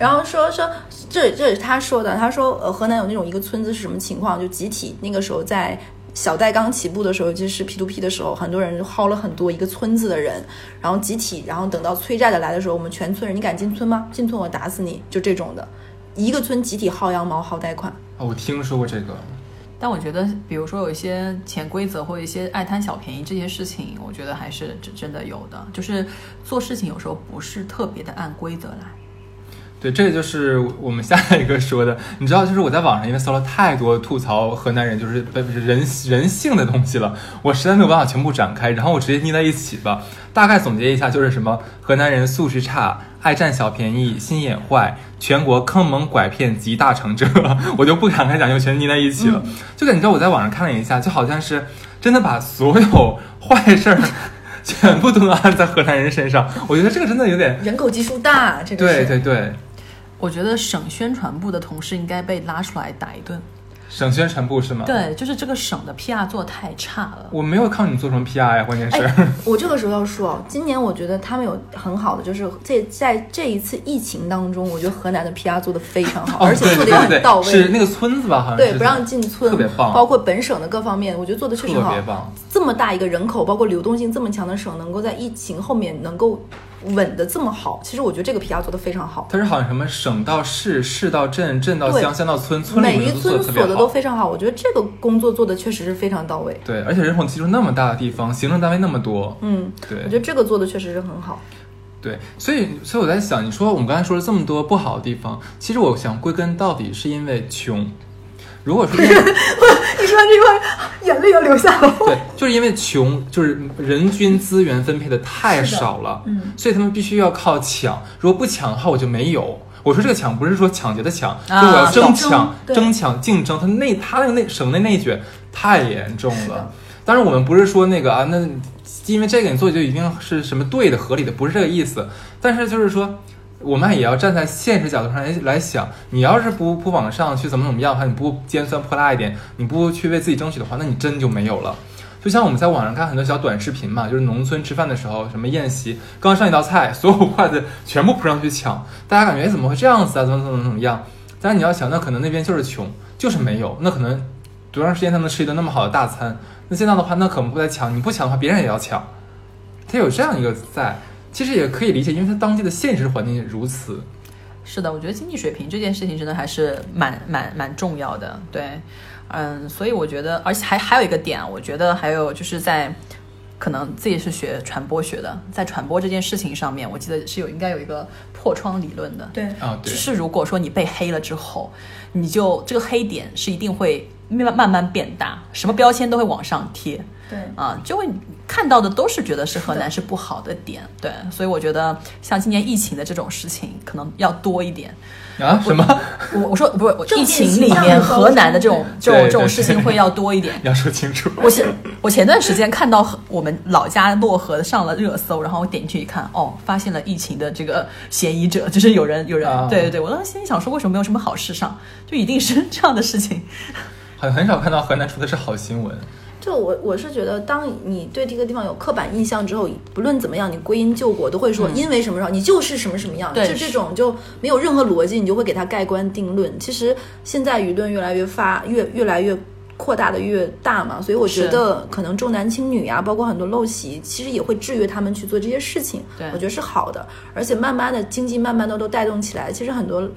S3: 然后说说这这也是他说的，他说呃河南有那种一个村子是什么情况，就集体那个时候在。小贷刚起步的时候，尤其是 P to P 的时候，很多人就薅了很多一个村子的人，然后集体，然后等到催债的来的时候，我们全村人，你敢进村吗？进村我打死你，就这种的。一个村集体薅羊毛、薅贷款。
S1: 哦，我听说过这个，
S2: 但我觉得，比如说有一些潜规则或者一些爱贪小便宜这些事情，我觉得还是真真的有的。就是做事情有时候不是特别的按规则来。
S1: 对，这个就是我们下一个说的。你知道，就是我在网上因为搜了太多吐槽河南人就是不是人人性的东西了，我实在没有办法全部展开，然后我直接捏在一起吧。大概总结一下，就是什么河南人素质差，爱占小便宜，心眼坏，全国坑蒙拐骗集大成者。 我就不展开讲，就全捏在一起了。就感觉我在网上看了一下，就好像是真的把所有坏事儿 全部都能按在河南人身上。我觉得这个真的有点，
S3: 人口基数大，这个
S1: 对
S3: 是
S1: 对对。
S2: 我觉得省宣传部的同事应该被拉出来打一顿。
S1: 省宣传部是吗？，
S2: 对，就是这个省的 PR 做得太差了。
S1: 我没有看你做什么 PR 呀，关键是、
S3: 哎，我这个时候要说哦，今年我觉得他们有很好的，就是这在这一次疫情当中，我觉得河南的 PR 做的非常好，
S1: 哦
S3: 而且
S1: 对
S3: 做的也
S1: 对对
S3: 很到位。
S1: 是那个村子吧？好像
S3: 对
S1: 啊是
S3: 不让进村，
S1: 特别棒
S3: 包括本省的各方面，我觉得做的确实
S1: 特
S3: 好
S1: 别。棒。
S3: 这么大一个人口，包括流动性这么强的省，能够在疫情后面能够稳的这么好，其实我觉得这个 PR 做的非常好。
S1: 它是好像什么省到市，市到镇，镇到乡，
S3: 对
S1: 乡到村，村
S3: 每
S1: 里
S3: 一
S1: 面做的
S3: 村
S1: 特
S3: 所
S1: 别
S3: 的都
S1: 好。
S3: 非常好，我觉得这个工作做的确实是非常到位。
S1: 对，而且人口基数那么大的地方，行政单位那么多，
S3: 嗯，我觉
S1: 对
S3: 得这个做的确实是很好。
S1: 对，所以所以我在想，你说我们刚才说了这么多不好的地方，其实我想归根到底是因为穷。如果说因为
S3: 你说这块眼泪要流下来。
S1: 对，就是因为穷，就是人均资源分配的太少了，嗯，所以他们必须要靠抢，如果不抢的话，我就没有。我说这个抢不是说抢劫的抢，就
S2: 啊
S1: 我要争
S2: 懂
S1: 抢、
S3: 对
S1: 争抢、竞争，他内他那个内省内内卷太严重了。当然，我们不是说那个啊，那因为这个你做就一定是什么对的、合理的，不是这个意思。但是就是说，我们也要站在现实角度上来来想，你要是不不往上去怎么怎么样的话，你不尖酸泼辣一点，你不去为自己争取的话，那你真就没有了。就像我们在网上看很多小短视频嘛，就是农村吃饭的时候，什么宴席，刚上一道菜， 所有筷子全部扑上去抢，大家感觉哎怎么会这样子啊？怎么怎么怎么样？但是你要想，那可能那边就是穷，就是没有，那可能多长时间才能吃一顿那么好的大餐？那现在的话，那可能不再抢，你不抢的话，别人也要抢，它有这样一个在，其实也可以理解，因为它当地的现实环境也如此。
S2: 是的，我觉得经济水平这件事情真的还是蛮蛮蛮重要的，对，嗯，所以我觉得，而且还还有一个点，我觉得还有就是在可能自己是学传播学的，在传播这件事情上面，我记得是有应该有一个破窗理论的，
S3: 对，
S1: 啊，
S2: 就
S1: 对，
S2: 是如果说你被黑了之后，你就这个黑点是一定会慢慢慢变大，什么标签都会往上贴，
S3: 对
S2: 啊，就会看到的都是觉得是河南是不好的点，对，所以我觉得像今年疫情的这种事情可能要多一点。
S1: 啊什么？
S2: 我我说不是我
S3: 政
S2: 疫
S3: 见
S2: 情
S3: 形
S2: 里
S3: 象
S2: 面
S3: 的高
S2: 河
S3: 峰
S2: 南的这种这种
S1: 对
S2: 这种
S1: 对
S2: 事情会要多一点。
S1: 你要说清楚。
S2: 我前我前段时间看到河我们老家漯河上了热搜，然后我点进去一看，哦，发现了疫情的这个嫌疑者，就是有人有人，
S1: 啊
S2: 对对对，我当时心里想说，为什么没有什么好事上，就一定是这样的事情。
S1: 好像很少看到河南出的是好新闻。
S3: 就我我是觉得，当你对这个地方有刻板印象之后，不论怎么样，你归因救国都会说，因为什么什么，你就是什么什么样，
S2: 嗯对
S3: 就这种就没有任何逻辑，你就会给它盖棺定论。其实现在舆论越来越发越越来越扩大的越大嘛，所以我觉
S2: 是
S3: 得可能重男轻女啊，包括很多陋习，其实也会制约他们去做这些事情。
S2: 对
S3: 我觉得是好的，而且慢慢的经济慢慢的都带动起来，其实很多。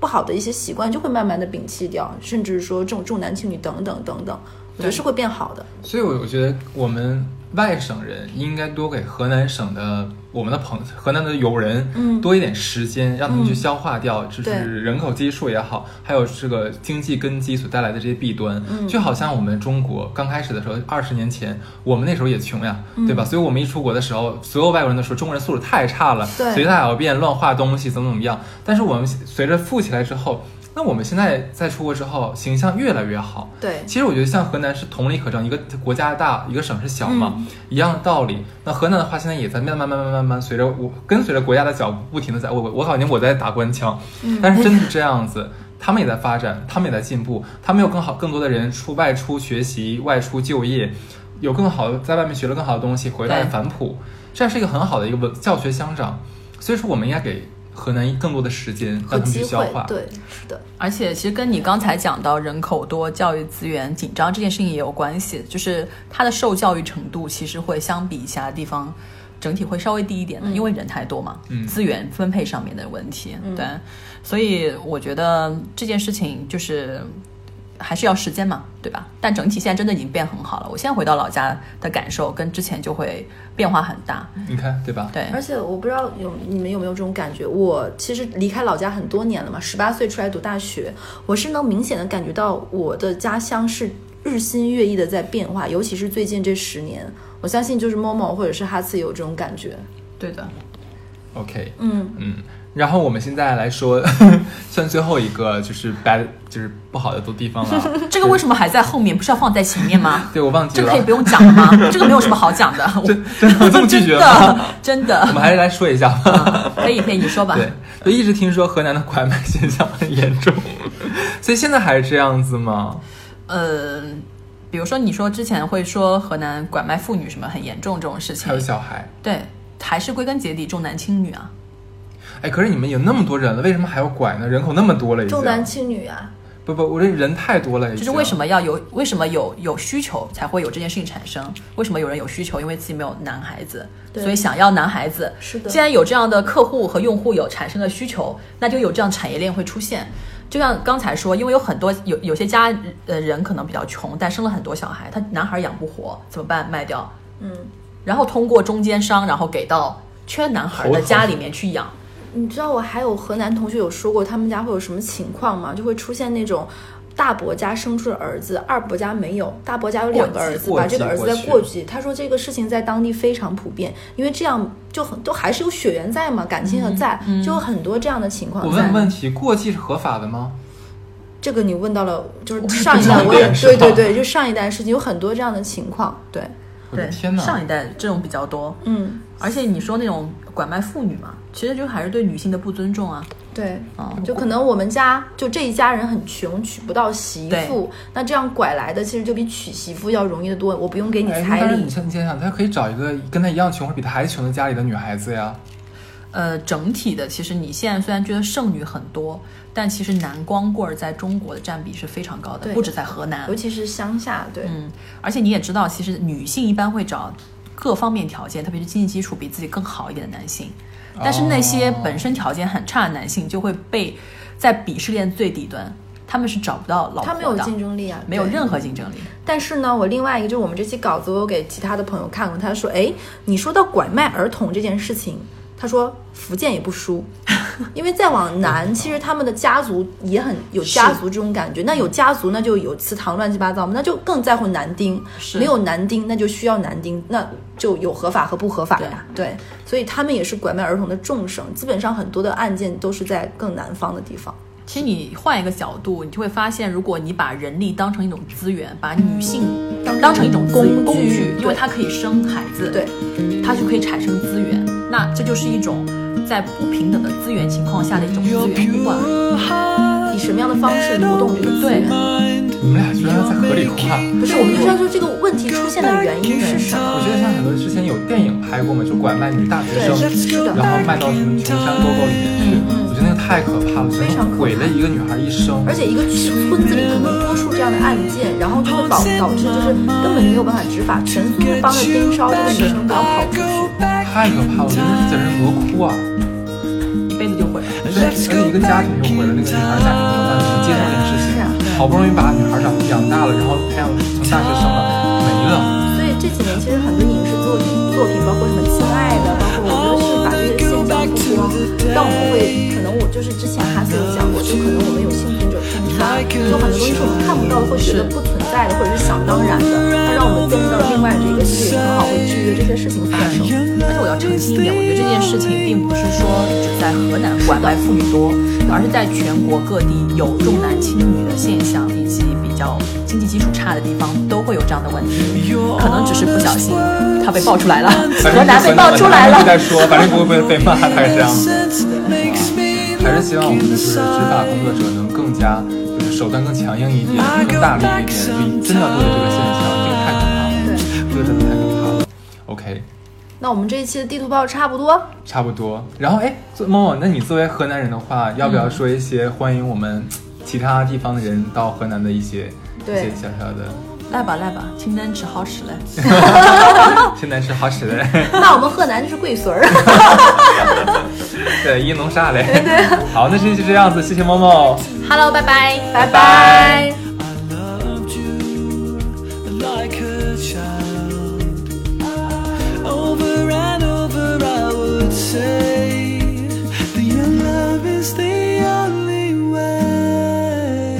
S3: 不好的一些习惯就会慢慢的摒弃掉，甚至说重重男轻女等等等等，我觉得是会变好的。
S1: 所以，我我觉得我们外省人应该多给河南省的我们的朋河南的友人，
S3: 嗯
S1: 多一点时间，让他们去消化掉，就
S3: 对
S1: 是人口基数也好，还有这个经济根基所带来的这些弊端。
S3: 嗯
S1: 就好像我们中国刚开始的时候，二十年前，我们那时候也穷呀，
S3: 嗯
S1: 对吧？所以我们一出国的时候，所有外国人都说中国人素质太差了，
S3: 对
S1: 随大小便、乱画东西，怎么怎么样。但是我们随着富起来之后。那我们现在在出国之后，形象越来越好，
S3: 对，
S1: 其实我觉得像河南是同理可证，一个国家大，一个省是小嘛，
S3: 嗯
S1: 一样的道理。那河南的话，现在也在慢慢慢慢慢慢随着我跟随着国家的脚步，不停的在我我我感觉我在打官腔，
S3: 嗯
S1: 但是真的是这样子。他们也在发展，他们也在进步，他们有更好、更多的人出外出学习、外出就业，有更好在外面学了更好的东西，回来
S2: 对
S1: 反哺，这样是一个很好的一个文教学相长。所以说，我们应该给河南更多的时间
S3: 和
S1: 让他们
S3: 机
S1: 去消
S3: 会
S1: 化。，
S3: 对，是的，
S2: 而且其实跟你刚才讲到人口多、教育资源紧张这件事情也有关系，就是它的受教育程度其实会相比其他地方整体会稍微低一点的，因为人太多嘛，
S1: 嗯
S2: 资源分配上面的问题，对，所以我觉得这件事情就是还是要时间嘛，对吧？但整体现在真的已经变很好了，我现在回到老家的感受跟之前就会变化很大，
S1: 你看对吧？
S2: 对，
S3: 而且我不知道有你们有没有这种感觉，我其实离开老家很多年了嘛，十八岁出来读大学，我是能明显的感觉到我的家乡是日新月异的在变化，尤其是最近这十年，我相信就是 Momo 或者是哈次有这种感觉。
S2: 对的，
S1: OK，
S3: 嗯，
S1: 嗯，然后我们现在来说， 算最后一个就是 bad 就是不好的多地方 了。
S2: 这个为什么还在后面？不是要放在前面吗？
S1: 对我忘记
S2: 这
S1: 了，
S2: 个可以不 用讲了吗？这个没有什么好讲的，我
S1: 真真 的这么拒绝吗？
S2: 的 真
S1: 我
S2: 的，啊
S1: 们还是来说一下吧。
S2: 可以可以，你说吧。
S1: 对，就一直听说河南的拐卖现象很严 重，所以现在还是这样子吗？
S2: 呃，比如说你说之前会说河南拐卖妇女什么很严重这种事情
S1: 还有，小孩？
S2: 对，还是归根结底重男轻女啊。
S1: 哎，可是你们有那么多人了，为什么还要拐呢？人口那么多了已经。
S3: 重男轻女啊，
S1: 不不，我这人太多了已经。
S2: 就是为什么要有为什么有有需求才会有这件事情产生？为什么有人有需求？因为自己没有男孩子，
S3: 对
S2: 所以想要男孩子。
S3: 是的
S2: 既然有这样的客户和用户有产生了需求，那就有这样产业链会出现。就像刚才说，因为有很多有有些家呃人可能比较穷，但生了很多小孩，他男孩养不活怎么办？卖掉，
S3: 嗯，
S2: 然后通过中间商，然后给到缺男孩的家里面去养。
S3: 你知道我还有河南同学有说过他们家会有什么情况吗？就会出现那种。大伯家生出了儿子，二伯家没有。大伯家有两个儿子，
S1: 过继
S3: 把这个儿子
S1: 过
S3: 再
S1: 继
S3: 过继。他说这个事情在当地非常普遍，因为这样就很都还是有血缘在嘛，感情也在，就有很多这样的情况
S1: 我
S3: 在。
S1: 问问题，过继是合法的吗？
S3: 这个你问到了，就是
S1: 我是
S3: 上一
S1: 不
S3: 代
S1: 知道
S3: 我也
S1: 这
S3: 对
S1: 件事
S3: 对
S1: 吧
S3: 对，就上一代事情有很多这样的情况。对，
S1: 我的天哪！
S2: 上一代这种比较多，
S3: 嗯，
S2: 而且你说那种拐卖妇女嘛，其实就还是对女性的不尊重啊。
S3: 对，
S2: 哦
S3: 就可能我们家就这一家人很穷，娶不到媳
S2: 对
S3: 妇，那这样拐来的其实就比娶媳妇要容易得多。我不用给你
S1: 哎
S3: 彩
S1: 但是
S3: 礼
S1: 你，想，你想想，他可以找一个跟他一样穷或者比他还穷的家里的女孩子呀。
S2: 呃，整体的其实你现在虽然觉得剩女很多，但其实男光棍儿在中国的占比是非常高的，
S3: 对
S2: 不止在河南
S3: 尤。其是乡下，对，
S2: 嗯，而且你也知道，其实女性一般会找各方面条件，特别是经济基础比自己更好一点的男性，但是那些
S1: 哦
S2: 本身条件很差的男性就会被在鄙视链最底端，他们是找不到老婆的，
S3: 他没有竞争力啊，
S2: 没有
S3: 对
S2: 任何竞争力。
S3: 但是呢，我另外一个就是我们这期稿子，我有给其他的朋友看过，他说：“哎，你说到拐卖儿童这件事情，他说福建也不输，因为再往南，其实他们的家族也很有家族这种感觉。那有家族，那就有祠堂乱七八糟嘛，那就更在乎男丁。
S2: 是
S3: 没有男丁，那就需要男丁，那就有合法和不合法呀。对，所以他们也是拐卖儿童的众生，基本上很多的案件都是在更南方的地方。
S2: 其实你换一个角度，你就会发现，如果你把人力当成一种资源，把女性
S3: 当
S2: 当成一种
S3: 工具
S2: 工具，因为
S3: 对
S2: 它可以生孩子，
S3: 对，
S2: 它就可以产生资源。那这就是一种在不平等的资源情况下的一种资源互换。
S3: 以什么样的方式流动这个资源？嗯
S1: 你们俩居然在合理化。
S3: 不是，我们就是要说这个问题出现的原因是什么？
S1: 啊我觉得像很多之前有电影拍过嘛，就拐卖女大学
S3: 对
S1: 生，
S3: 是的
S1: 然后卖到什么穷山沟沟里面去，我觉得那个太可怕了，真
S3: 非常
S1: 的
S3: 可怕
S1: 毁了一个女孩一生
S3: 而。且一个村村子里可能多数这样的案件，然后就会导导致就是根本就没有办法执法，全村都帮着盯梢这个女生不要跑出去。
S1: 太可怕了，我觉得简直多哭啊！
S2: 一辈子就毁了。
S3: 哎
S1: 而且而且一个家庭又毁了那个女孩家庭形象，去接受这件事
S3: 是啊
S1: 情，好不容易把女孩长养大了，然后培养成大学生了，没了。
S3: 所以这几年其实很多影视作品作品，包括什么《亲爱的》，包括我觉得是把这个现象曝光，让我们会可能我就是之前哈斯有讲过，就可能我们有幸存者偏差，就很多东西是我们看不到的，会觉得不存在的，或者是想当然的，那让我们见识到另外的一个视野，很好会制约这些事情发生。
S2: 但是我要澄清一点，我觉得这件事情并不是说只在河南拐卖妇女多，而是在全国各地有重男轻女的现象，以及比较经济基础差的地方都会有这样的问题， 可能只是不小心它被爆出来了，河南被爆出来
S1: 就在
S2: 了。
S1: 说，反正不会被被骂，大概这样子。 还是希望我们就是执法工作者能更加就是手段更强硬一点，更大力一点，就真的要对这个现象，这个太可怕了，
S3: 对，
S1: 这个真的太可怕了。OK，
S3: 那我们这一期的地图炮差不多，
S1: 差不多。然后哎，作梦梦，那你作为河南人的话，要不要说一些欢迎我们其他地方的人到河南的一些一
S3: 对
S1: 些小小的
S2: 来吧来吧，清单吃好吃嘞。
S4: 现在吃好吃 的，
S3: 那我们河南就是龟孙儿。
S4: 对，一农啥嘞？对，好，那今天就这样子，谢谢猫猫。
S3: Hello，拜拜，
S4: 拜拜
S5: I loved you like a child. Over and over, I would say that your love is the only way.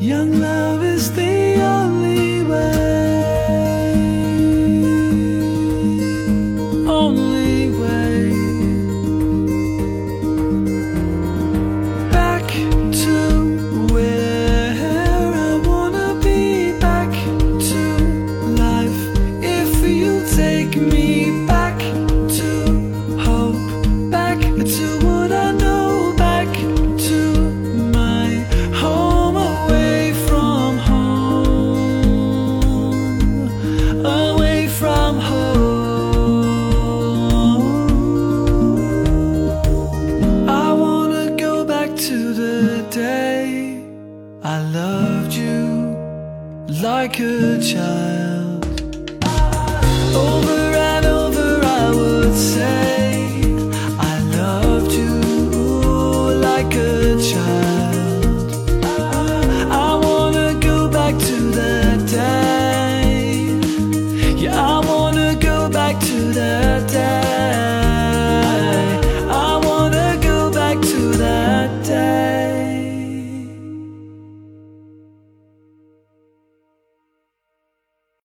S5: Young love is the only way. Only way. Back to where I wanna be. Back to life. If you take me back to hope, back to what I know, back to my home, away from home, away from home. I wanna go back to the day I loved you like a child. Over and over, I would say I loved you like a child.